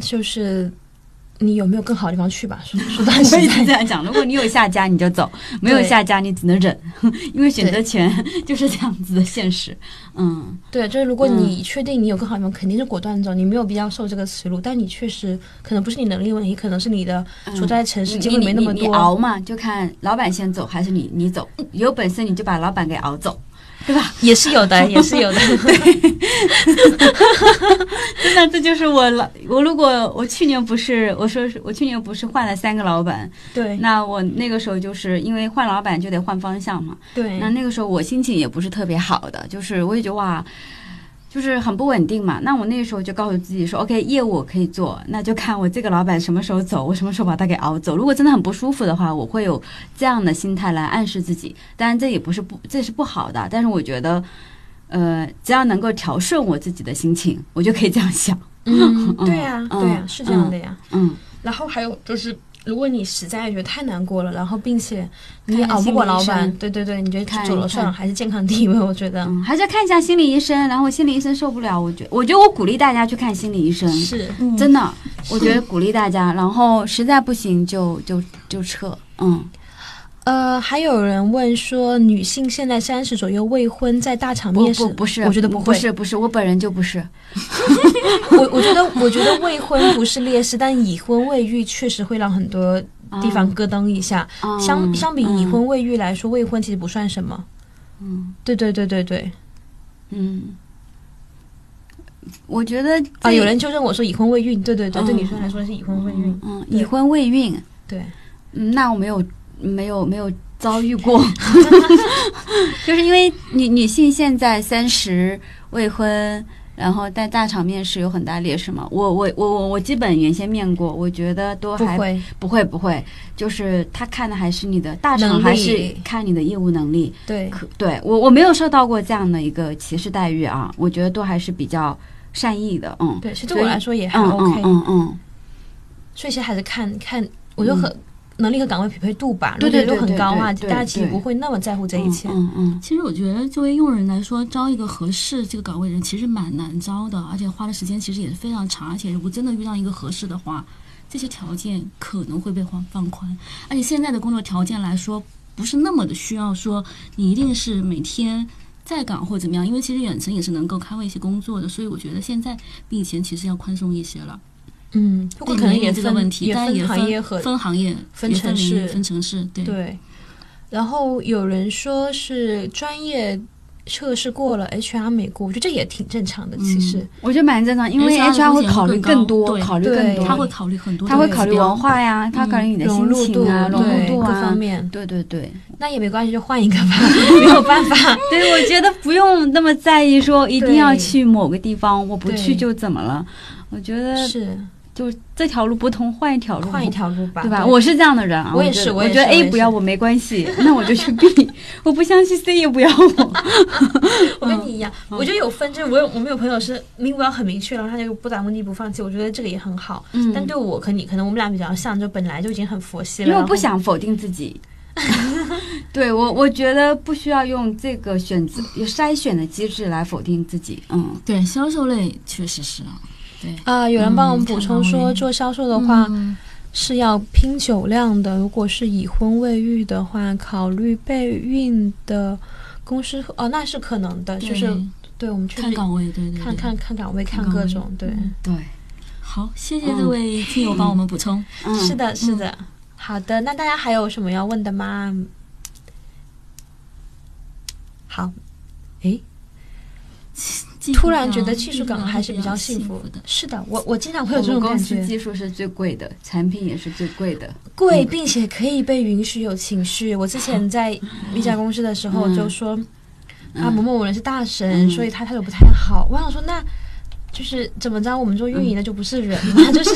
Speaker 3: 就是你有没有更好的地方去吧。说说 短时
Speaker 1: 我也是
Speaker 3: 间
Speaker 1: 这，样讲，如果你有下家你就走，没有
Speaker 3: 对
Speaker 1: 下家你只能忍， 因为选择权就是这样子的现实。嗯，
Speaker 3: 对，就是如果
Speaker 1: 嗯
Speaker 3: 你确定你有更好的地方，肯定是果断走，你没有必要受这个耻辱。但你确实可能不是你能力问题，可能是你的
Speaker 1: 嗯
Speaker 3: 所在城市机
Speaker 1: 你
Speaker 3: 会
Speaker 1: 你
Speaker 3: 没那么
Speaker 1: 你你
Speaker 3: 多。
Speaker 1: 熬嘛，就看老板先走还是你你走，有本事你就把老板给熬走，对吧？
Speaker 3: 也是有的，也是有 的。
Speaker 1: 真的，这就是我老我如果我去年不是我说是我去年不是换了三个老板，
Speaker 3: 对
Speaker 1: 那我那个时候就是因为换老板就得换方向嘛，
Speaker 3: 对
Speaker 1: 那那 个时候我心情也不是特别好的，就是我也觉得哇，就是很不稳定嘛。那我那个时候就告诉自己说，OK，业务我可以做，那就看我这个老板什么时候走，我什么时候把他给熬走。如果真的很不舒服的话，我会有这样的心态来暗示自己。当然，这也不是不，这是不好的，但是我觉得。呃，只要能够调顺我自己的心情，我就可以这样想。
Speaker 3: 嗯，
Speaker 1: 嗯
Speaker 3: 对呀，
Speaker 1: 嗯
Speaker 3: 对呀，是这样的呀。
Speaker 1: 嗯，
Speaker 3: 然后还有就是，如果你实在觉得太难过了，然后并且你也
Speaker 1: 看看
Speaker 3: 熬不过老
Speaker 1: 心理医
Speaker 3: 板，
Speaker 1: 生
Speaker 3: 对对对，你觉得
Speaker 1: 看
Speaker 3: 走了
Speaker 1: 看
Speaker 3: 算了，还是健康第一位，我觉得
Speaker 1: 嗯，还是要看一下心理医生。然后心理医生受不了，我觉我觉得我鼓励大家去看心理医生。
Speaker 3: 是。
Speaker 1: 真的，我觉得鼓励大家，然后实在不行就就就撤，嗯，
Speaker 3: 呃，还有人问说，女性现在三十左右未婚，在大场
Speaker 1: 不
Speaker 3: 面试，
Speaker 1: 不不是，
Speaker 3: 我觉得不会，
Speaker 1: 是不是，我本人就不是，
Speaker 3: 我我觉得，我觉得未婚不是劣势，但已婚未育确实会让很多地方咯噔一下。
Speaker 1: 嗯
Speaker 3: 相相比已，
Speaker 1: 嗯
Speaker 3: 婚未育来说，未婚其实不算什么。
Speaker 1: 嗯
Speaker 3: 对对对对对。
Speaker 1: 嗯，我觉得
Speaker 3: 啊，
Speaker 1: 这
Speaker 3: 有人纠正我说已婚未孕，对对对，
Speaker 1: 嗯
Speaker 3: 对女生来说是已婚未孕。
Speaker 1: 嗯已
Speaker 3: 对
Speaker 1: 婚未孕，
Speaker 3: 对，
Speaker 1: 嗯那我没有没有没有遭遇 过， 就是因为女女性现在三十未婚，然后在大厂面试有很大劣势嘛。我我我我我基本原先面过，我觉得都
Speaker 3: 不
Speaker 1: 还
Speaker 3: 会，
Speaker 1: 不会不会，就是他看的还是你的大
Speaker 3: 能
Speaker 1: 厂，
Speaker 3: 力
Speaker 1: 还是看你的业务能力。
Speaker 3: 对，
Speaker 1: 可对我我没有受到过这样的一个歧视待遇啊，我觉得都还是比较善意的，嗯，
Speaker 3: 对，其实
Speaker 1: 所
Speaker 3: 对
Speaker 1: 以
Speaker 3: 我来说也还
Speaker 1: 嗯
Speaker 3: OK，
Speaker 1: 嗯嗯嗯，
Speaker 3: 所以其实还是看看，我觉得和能力和岗位匹配度吧。
Speaker 1: 对对
Speaker 3: 如果很
Speaker 1: 对
Speaker 3: 高的话，
Speaker 1: 对对
Speaker 3: 大家其实
Speaker 1: 对
Speaker 3: 不会那么在乎这一切。
Speaker 1: 嗯嗯
Speaker 2: 其实我觉得，作为用人来说，招一个合适这个岗位人其实蛮难招的，而且花的时间其实也是非常长。而且如果真的遇到一个合适的话，这些条件可能会被放放宽。而且现在的工作条件来说，不是那么的需要说你一定是每天在岗或怎么样，因为其实远程也是能够开 o 一些工作的。所以我觉得现在比以前其实要宽松一些了。
Speaker 3: 嗯，不过可能
Speaker 2: 对
Speaker 3: 也
Speaker 2: 这个
Speaker 3: 分
Speaker 2: 问题，
Speaker 3: 也
Speaker 2: 但
Speaker 3: 分
Speaker 2: 也
Speaker 3: 行业和
Speaker 2: 分行业、
Speaker 3: 分
Speaker 2: 也
Speaker 3: 城市
Speaker 2: 领域分城市，对
Speaker 3: 对。然后有人说是专业测试过了，HR 没过，我觉得这也挺正常的。
Speaker 1: 嗯
Speaker 3: 其实，
Speaker 1: 我觉得蛮正常，因
Speaker 2: 人
Speaker 1: 为
Speaker 2: 家的
Speaker 1: HR
Speaker 2: 风
Speaker 1: 会
Speaker 2: 险
Speaker 1: 考
Speaker 2: 会
Speaker 1: 虑
Speaker 2: 更高
Speaker 1: 多，
Speaker 2: 对
Speaker 1: 考虑
Speaker 3: 对
Speaker 1: 更多，
Speaker 2: 他会考虑很多的
Speaker 1: 他
Speaker 2: 指标，
Speaker 1: 会考虑文化呀，他考虑你
Speaker 3: 嗯
Speaker 1: 的
Speaker 3: 融
Speaker 1: 心
Speaker 3: 入度
Speaker 1: 情啊，融入
Speaker 3: 对
Speaker 1: 度
Speaker 3: 各
Speaker 1: 啊
Speaker 3: 方，面，
Speaker 1: 对对对。
Speaker 3: 那也没关系，就换一个吧， 没有办法。
Speaker 1: 对，我觉得不用那么在意，说一定要
Speaker 3: 对
Speaker 1: 去某个地方，我不
Speaker 3: 对
Speaker 1: 去就怎么了？我觉得
Speaker 3: 是
Speaker 1: 就这条路不通，换一条路，
Speaker 3: 换一，条路吧，
Speaker 1: 对吧？我是这样的人啊，
Speaker 3: 我
Speaker 1: 我
Speaker 3: 也
Speaker 1: 觉得
Speaker 3: 是我
Speaker 1: 我
Speaker 3: 也
Speaker 1: 觉得
Speaker 3: 是我也
Speaker 1: A
Speaker 3: 是
Speaker 1: 不要我没关系， 那我就去 B，我不相信 C 也不要我，
Speaker 3: 我跟你一样，
Speaker 1: 嗯
Speaker 3: 我觉得有分，就是我有我们有朋友是目标很明确，然后他就不打目的不放弃，我觉得这个也很好。
Speaker 1: 嗯
Speaker 3: 但对我和你可能我们俩比较像，就本来就已经很佛系了，
Speaker 1: 因为我不
Speaker 3: 然后
Speaker 1: 想否定自己。 对我，我觉得不需要用这个选择有筛选的机制来否定自己。嗯，
Speaker 2: 对销售类确实是啊，
Speaker 3: 啊、有人帮我们补充
Speaker 2: 嗯看到
Speaker 3: 说，
Speaker 2: 了
Speaker 3: 做销售的话、
Speaker 2: 嗯
Speaker 3: 是要拼酒量的，如果是已婚未育的话，考虑备孕的公司哦，那是可能的，就是
Speaker 2: 对
Speaker 3: 对我们确
Speaker 2: 看
Speaker 3: 实
Speaker 2: 岗位，对对对，
Speaker 3: 看看看岗位，看
Speaker 2: 岗
Speaker 3: 各
Speaker 2: 位
Speaker 3: 种对。
Speaker 1: 对，
Speaker 2: 好，谢谢
Speaker 3: 嗯
Speaker 2: 这位听友帮我们补充。
Speaker 1: 嗯，
Speaker 3: 是的，是的。好的，那大家还有什么要问的吗？好，诶，
Speaker 2: 技术
Speaker 3: 突然觉得
Speaker 2: 岗
Speaker 3: 技术岗还是比较幸福
Speaker 2: 的。
Speaker 3: 是的，我我经常会有
Speaker 1: 我
Speaker 3: 这
Speaker 1: 们
Speaker 3: 种
Speaker 1: 公
Speaker 3: 感
Speaker 1: 司
Speaker 3: 觉，
Speaker 1: 技术是最贵的，产品也是最贵的。
Speaker 3: 贵并且可以被允许有情绪。我之前在一家公司的时候
Speaker 1: 嗯
Speaker 3: 就说，啊，
Speaker 1: 嗯
Speaker 3: 某某人是大神，
Speaker 1: 嗯
Speaker 3: 所以他态度不太好。我想说那。就是怎么着，我们做运营
Speaker 1: 嗯
Speaker 3: 的就不是人嘛， 就是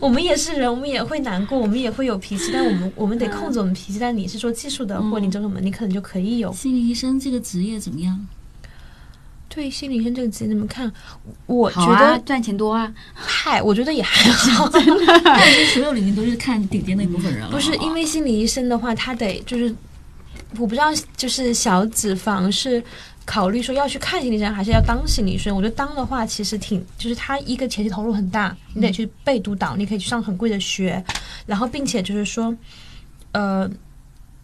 Speaker 3: 我们也是人，我们也会难过，我们也会有脾气，但我们我们得控制我们脾气。但你是做技术的，
Speaker 1: 嗯
Speaker 3: 或你做什么，你可能就可以有
Speaker 2: 心理医生这个职业怎么 样？
Speaker 3: 对心理医生这个职业怎么看？我
Speaker 1: 好
Speaker 3: 觉
Speaker 1: 啊，
Speaker 3: 得
Speaker 1: 赚钱多啊，
Speaker 3: 嗨，我觉得也还好，
Speaker 2: 但是所有领域都是看顶尖那部分人了。
Speaker 3: 不是因为心理医生的话，他得就是我不知道，就是小脂肪是考虑说要去看心理医生，还是要当心理医生？我觉得当的话，其实挺就是他一个前期投入很大，你得去被督导，你可以去上很贵的学，然后并且就是说，呃。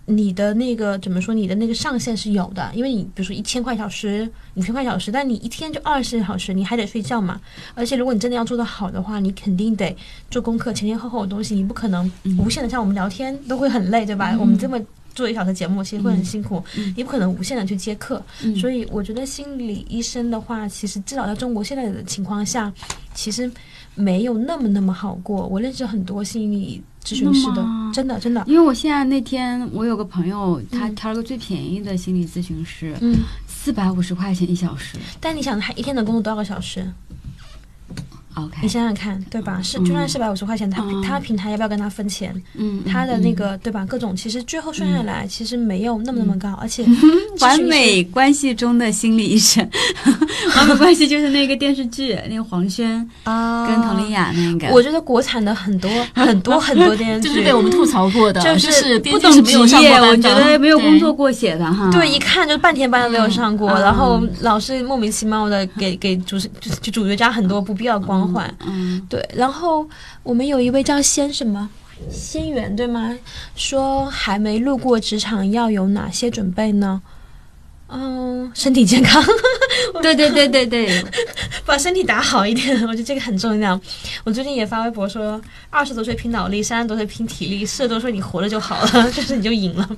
Speaker 3: 你的那个怎么说？你的那个上限是有的，因为你比如说一千块小时，一千块小时，但你一天就二十小时，你还得睡觉嘛。而且如果你真的要做得好的话，你肯定得做功课，前前后后的东西，你不可能无限的像我们聊天都会很累，对吧？我们这么做一小时节目，其实会很辛苦，你不可能无限的去接客。所以我觉得心理医生的话，其实至少在中国现在的情况下，其实没有那么那么好过。我认识很多心理咨询师的，真的真的，
Speaker 1: 因为我现在那天我有个朋友，他挑了个最便宜的心理咨询师，
Speaker 3: 嗯。
Speaker 1: 四百五十块钱一小时。
Speaker 3: 但你想，他一天能工作多少个小时？你
Speaker 1: OK，
Speaker 3: 想想看，对吧？是就算四百五十块钱，他他平台要不要跟他分钱？
Speaker 1: 嗯，
Speaker 3: 他的那个对吧？各种其实最后算下来，其实没有那么那么高，而且
Speaker 1: 嗯 完美关系中的心理医生， 完美关系就是那个电视剧， 那个黄轩
Speaker 3: 啊，
Speaker 1: 跟佟丽娅那个。
Speaker 3: 我觉得国产的 很多很多很多电视
Speaker 2: 就
Speaker 3: 剧，
Speaker 2: 是被我们吐槽过的，
Speaker 3: 就
Speaker 2: 就是是编
Speaker 1: 不
Speaker 2: 剧
Speaker 1: 懂
Speaker 2: 是没
Speaker 1: 职
Speaker 2: 有上过
Speaker 1: 业，我
Speaker 2: 班
Speaker 1: 觉
Speaker 2: 的，
Speaker 1: 得没有
Speaker 2: 对
Speaker 1: 工作。过写的哈。
Speaker 3: 对，一看就半天班都没有上过，
Speaker 1: 啊嗯
Speaker 3: 然后老是莫名其妙的给给主持就就主角加很多不必要的光环。
Speaker 1: 嗯，
Speaker 3: 对，然后我们有一位叫仙什么仙缘对吗？说还没路过职场要有哪些准备呢？嗯，身体健康，
Speaker 1: 对对对对 对，
Speaker 3: 把身体打好一点，我 觉得这个很重要。我最近也发微博说，二十多岁拼脑力，三十多岁拼体力，四十多岁你活着就好了， 就是你就赢了。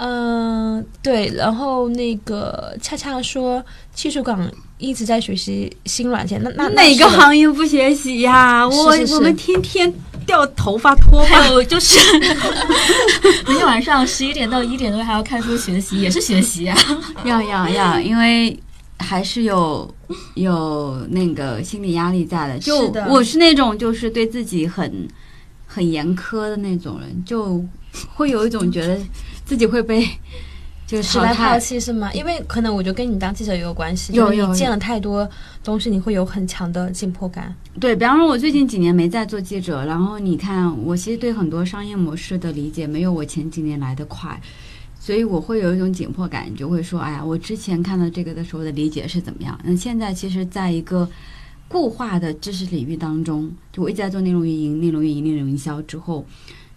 Speaker 3: 嗯、对。然后那个恰恰说，技术岗一直在学习新软件，那那
Speaker 1: 哪
Speaker 3: 那
Speaker 1: 个
Speaker 3: 是的
Speaker 1: 行业不学习呀？我
Speaker 3: 是是是
Speaker 1: 我们天天
Speaker 5: 掉头发脱发，
Speaker 2: 还有就是 每天晚上十一点到一点多还要看书学习，也是学习啊呀、
Speaker 1: 要要要，因为还是有有那个心理压力在的。就是
Speaker 5: 的
Speaker 1: 我是那种就是对自己很很严苛的那种人，就会有一种觉得自己会被就是
Speaker 3: 是
Speaker 1: 淘
Speaker 3: 来抛
Speaker 1: 汰。
Speaker 3: 弃是吗？因为可能我觉得跟你当记者也有关系，
Speaker 1: 有
Speaker 3: 就是
Speaker 1: 有
Speaker 3: 你见
Speaker 1: 有
Speaker 3: 了太多东西，你会有很强的紧迫感。
Speaker 1: 对，比方说，我最近几年没在做记者，然后你看，我其实对很多商业模式的理解没有我前几年来的快，所以我会有一种紧迫感，就会说，哎呀，我之前看到这个的时候的理解是怎么样？那现在其实在一个固化的知识领域当中，就我一直在做内容运营、内容运营、内容营销之后，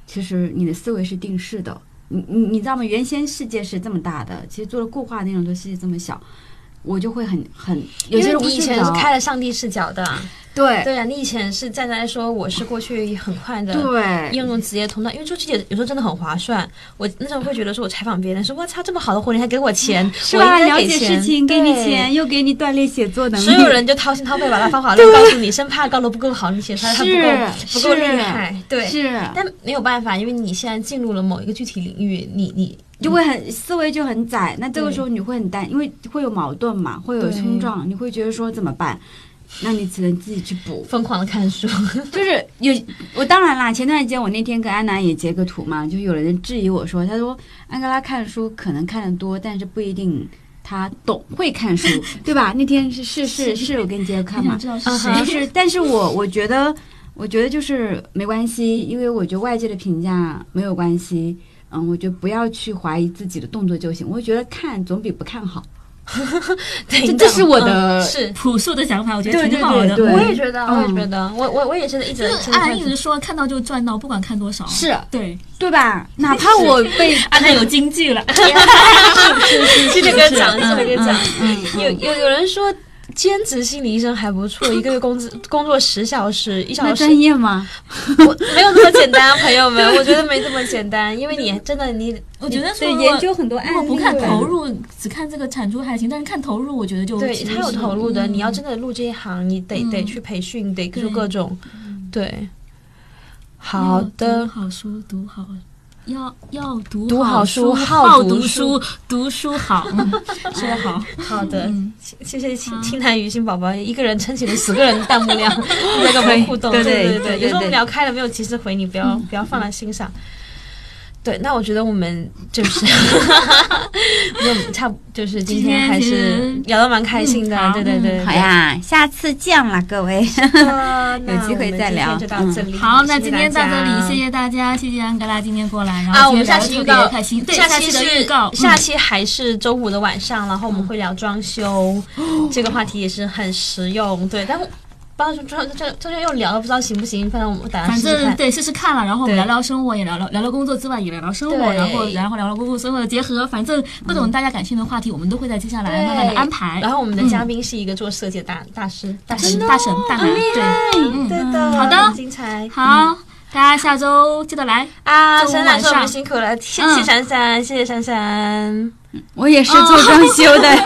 Speaker 1: 其实你的思维是定式的。你你你知道吗？原先世界是这么大的，其实做了固化内容，的世界这么小，我就会很很有
Speaker 3: 因为
Speaker 1: 些人
Speaker 3: 你
Speaker 1: 会
Speaker 3: 以
Speaker 1: 睡
Speaker 3: 前是
Speaker 1: 着。
Speaker 3: 开了上帝视角的，
Speaker 1: 对
Speaker 3: 对啊，你以前是站在说我是过去很快的
Speaker 1: 哎对，
Speaker 3: 应用职业通道，因为做记者有时候真的很划算。我那时候会觉得说，我采访别人说，哇操，这么好的活你还给我钱，
Speaker 1: 是
Speaker 3: 我
Speaker 1: 吧？
Speaker 3: 应
Speaker 1: 了
Speaker 3: 该给
Speaker 1: 解
Speaker 3: 钱，
Speaker 1: 事情，给你
Speaker 3: 对。
Speaker 1: 钱，又给你锻炼写作能力。
Speaker 3: 所有人就掏心掏肺把它 方法论告诉你，生怕告的不够好，你写出来它不够
Speaker 1: 是
Speaker 3: 不够厉
Speaker 1: 是
Speaker 3: 害，对。
Speaker 1: 是
Speaker 3: 但没有办法，因为你现在进入了某一个具体领域，你你
Speaker 1: 就会很思维就很窄，那这个
Speaker 3: 对
Speaker 1: 时候你会很担，因为会有矛盾嘛，会有
Speaker 3: 对，
Speaker 1: 冲撞，你会觉得说怎么办？那你只能自己去补
Speaker 3: 疯狂的看书，
Speaker 1: 就是有我当然啦。前段时间我那天跟安娜也截个图嘛，就有人质疑我说，她说安哥拉看书可能看得多，但是不一定她懂会看书， 对吧？那天是是是是我跟你截个看
Speaker 5: 你
Speaker 1: 嘛
Speaker 5: 想，知道是谁
Speaker 3: 啊？哈
Speaker 1: 是，但是我我觉得，我觉得就是没关系，因为我觉得外界的评价没有关系。嗯，我觉得不要去怀疑自己的动作就行。我觉得看总比不看好。
Speaker 3: 对
Speaker 1: 这
Speaker 3: 你
Speaker 1: 这
Speaker 3: 懂
Speaker 1: 是我
Speaker 3: 嗯
Speaker 1: 的
Speaker 3: 是。
Speaker 2: 朴素的想法，我觉得
Speaker 1: 对
Speaker 2: 挺
Speaker 1: 对
Speaker 2: 好的。
Speaker 1: 对对
Speaker 3: 我也觉得，我也
Speaker 1: 嗯啊
Speaker 3: 觉得，我我我也是一直
Speaker 2: 就是安安一直说看到就赚到，不管看多少。
Speaker 1: 是
Speaker 2: 对，
Speaker 1: 对吧？哪怕我被
Speaker 2: 安安有金句了。
Speaker 3: 记得跟讲，记得跟讲。
Speaker 1: 嗯
Speaker 3: 有有有人说兼职心理医生还不错，一个月工资工作十小时，一
Speaker 1: 那
Speaker 3: 小时
Speaker 1: 专业吗？
Speaker 3: 我没有那么简单，朋友们，我觉得没这么简单，因为你真的你
Speaker 2: 我觉得说
Speaker 1: 对，研究很多案
Speaker 2: 如果不
Speaker 1: 例。
Speaker 2: 看投入，只看这个产出还行，但是看投入，我觉得就
Speaker 3: 对
Speaker 2: 其实
Speaker 3: 他有
Speaker 2: 是
Speaker 3: 投入的，
Speaker 2: 嗯
Speaker 3: 你要真的入这一行，你得得
Speaker 2: 嗯
Speaker 3: 去培训，得
Speaker 2: 对
Speaker 3: 做各种，对。
Speaker 2: 嗯要
Speaker 3: 好的
Speaker 2: 读，好书读好，要要读
Speaker 3: 读好
Speaker 2: 书，
Speaker 3: 书好
Speaker 2: 好
Speaker 3: 读
Speaker 2: 读
Speaker 3: 书，
Speaker 2: 读书好，嗯 说得好，
Speaker 3: 好的，
Speaker 2: 嗯，
Speaker 3: 谢谢青
Speaker 2: 好
Speaker 3: 青南鱼星宝宝，一个人撑起了十个人的弹幕 量，在跟我们互动。
Speaker 1: 对
Speaker 3: 对
Speaker 1: 对
Speaker 3: 对，
Speaker 1: 对
Speaker 3: 有时候我们
Speaker 1: 对
Speaker 3: 聊开了没有及时回你，不要不要放在心上。对，那我觉得我们 就是，就差不就是今天还
Speaker 2: 今天其
Speaker 3: 是
Speaker 2: 实
Speaker 3: 聊得蛮开心的，
Speaker 2: 嗯好
Speaker 3: 对对
Speaker 2: 嗯
Speaker 3: 对。
Speaker 1: 好呀，下次见啦，各位。
Speaker 3: 好的，那
Speaker 1: 有机会
Speaker 3: 我们今
Speaker 1: 再
Speaker 3: 天
Speaker 1: 聊
Speaker 3: 就到这里。
Speaker 2: 嗯好，那
Speaker 3: 谢谢
Speaker 2: 今天到
Speaker 3: 大
Speaker 2: 这
Speaker 3: 家
Speaker 2: 里，谢谢大家，谢谢安格拉今天过来，然
Speaker 3: 啊，
Speaker 2: 后
Speaker 3: 我们
Speaker 2: 今天聊得
Speaker 3: 下期预
Speaker 2: 特别
Speaker 3: 告
Speaker 2: 开心，对，
Speaker 3: 下
Speaker 2: 期的
Speaker 3: 是
Speaker 2: 预告，
Speaker 3: 下
Speaker 2: 嗯
Speaker 3: 期还是周五的晚上，然后我们会聊装修，这个话题也是很实用，对，但我。不知道装装装修又聊了，不知道行不行？反正我们打算
Speaker 2: 反
Speaker 3: 试试
Speaker 2: 正
Speaker 3: 看。
Speaker 2: 对试试看了，然后我们
Speaker 3: 对
Speaker 2: 聊聊生活，也聊聊聊聊工作之外，也聊聊生活，
Speaker 3: 对嗯
Speaker 2: 然后然后聊聊工作生活的结合，反正各种大家感兴趣的话题，我们都会在接下来慢慢的安排。
Speaker 3: 然后哦我们的
Speaker 2: 嗯
Speaker 3: 嘉宾是一个做设计的大大师，大
Speaker 2: 大
Speaker 3: 师
Speaker 2: 神，大神大神，对，嗯，
Speaker 3: 对的，
Speaker 2: 好的
Speaker 3: 很精彩
Speaker 2: 好，大家下周记得来。
Speaker 3: 啊！
Speaker 2: 周五
Speaker 3: 闪闪说我
Speaker 2: 晚
Speaker 3: 们
Speaker 2: 上
Speaker 3: 辛苦了，谢
Speaker 2: 嗯
Speaker 3: 谢闪闪，谢谢闪闪。
Speaker 1: 我也是做装修 的。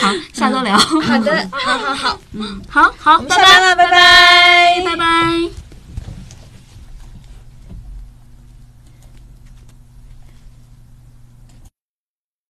Speaker 2: 好，下周聊。
Speaker 3: 嗯好的，好好好，
Speaker 2: 好好，
Speaker 3: 我们
Speaker 2: 拜
Speaker 3: 下班
Speaker 2: 拜，
Speaker 3: 了，拜拜，
Speaker 2: 拜拜。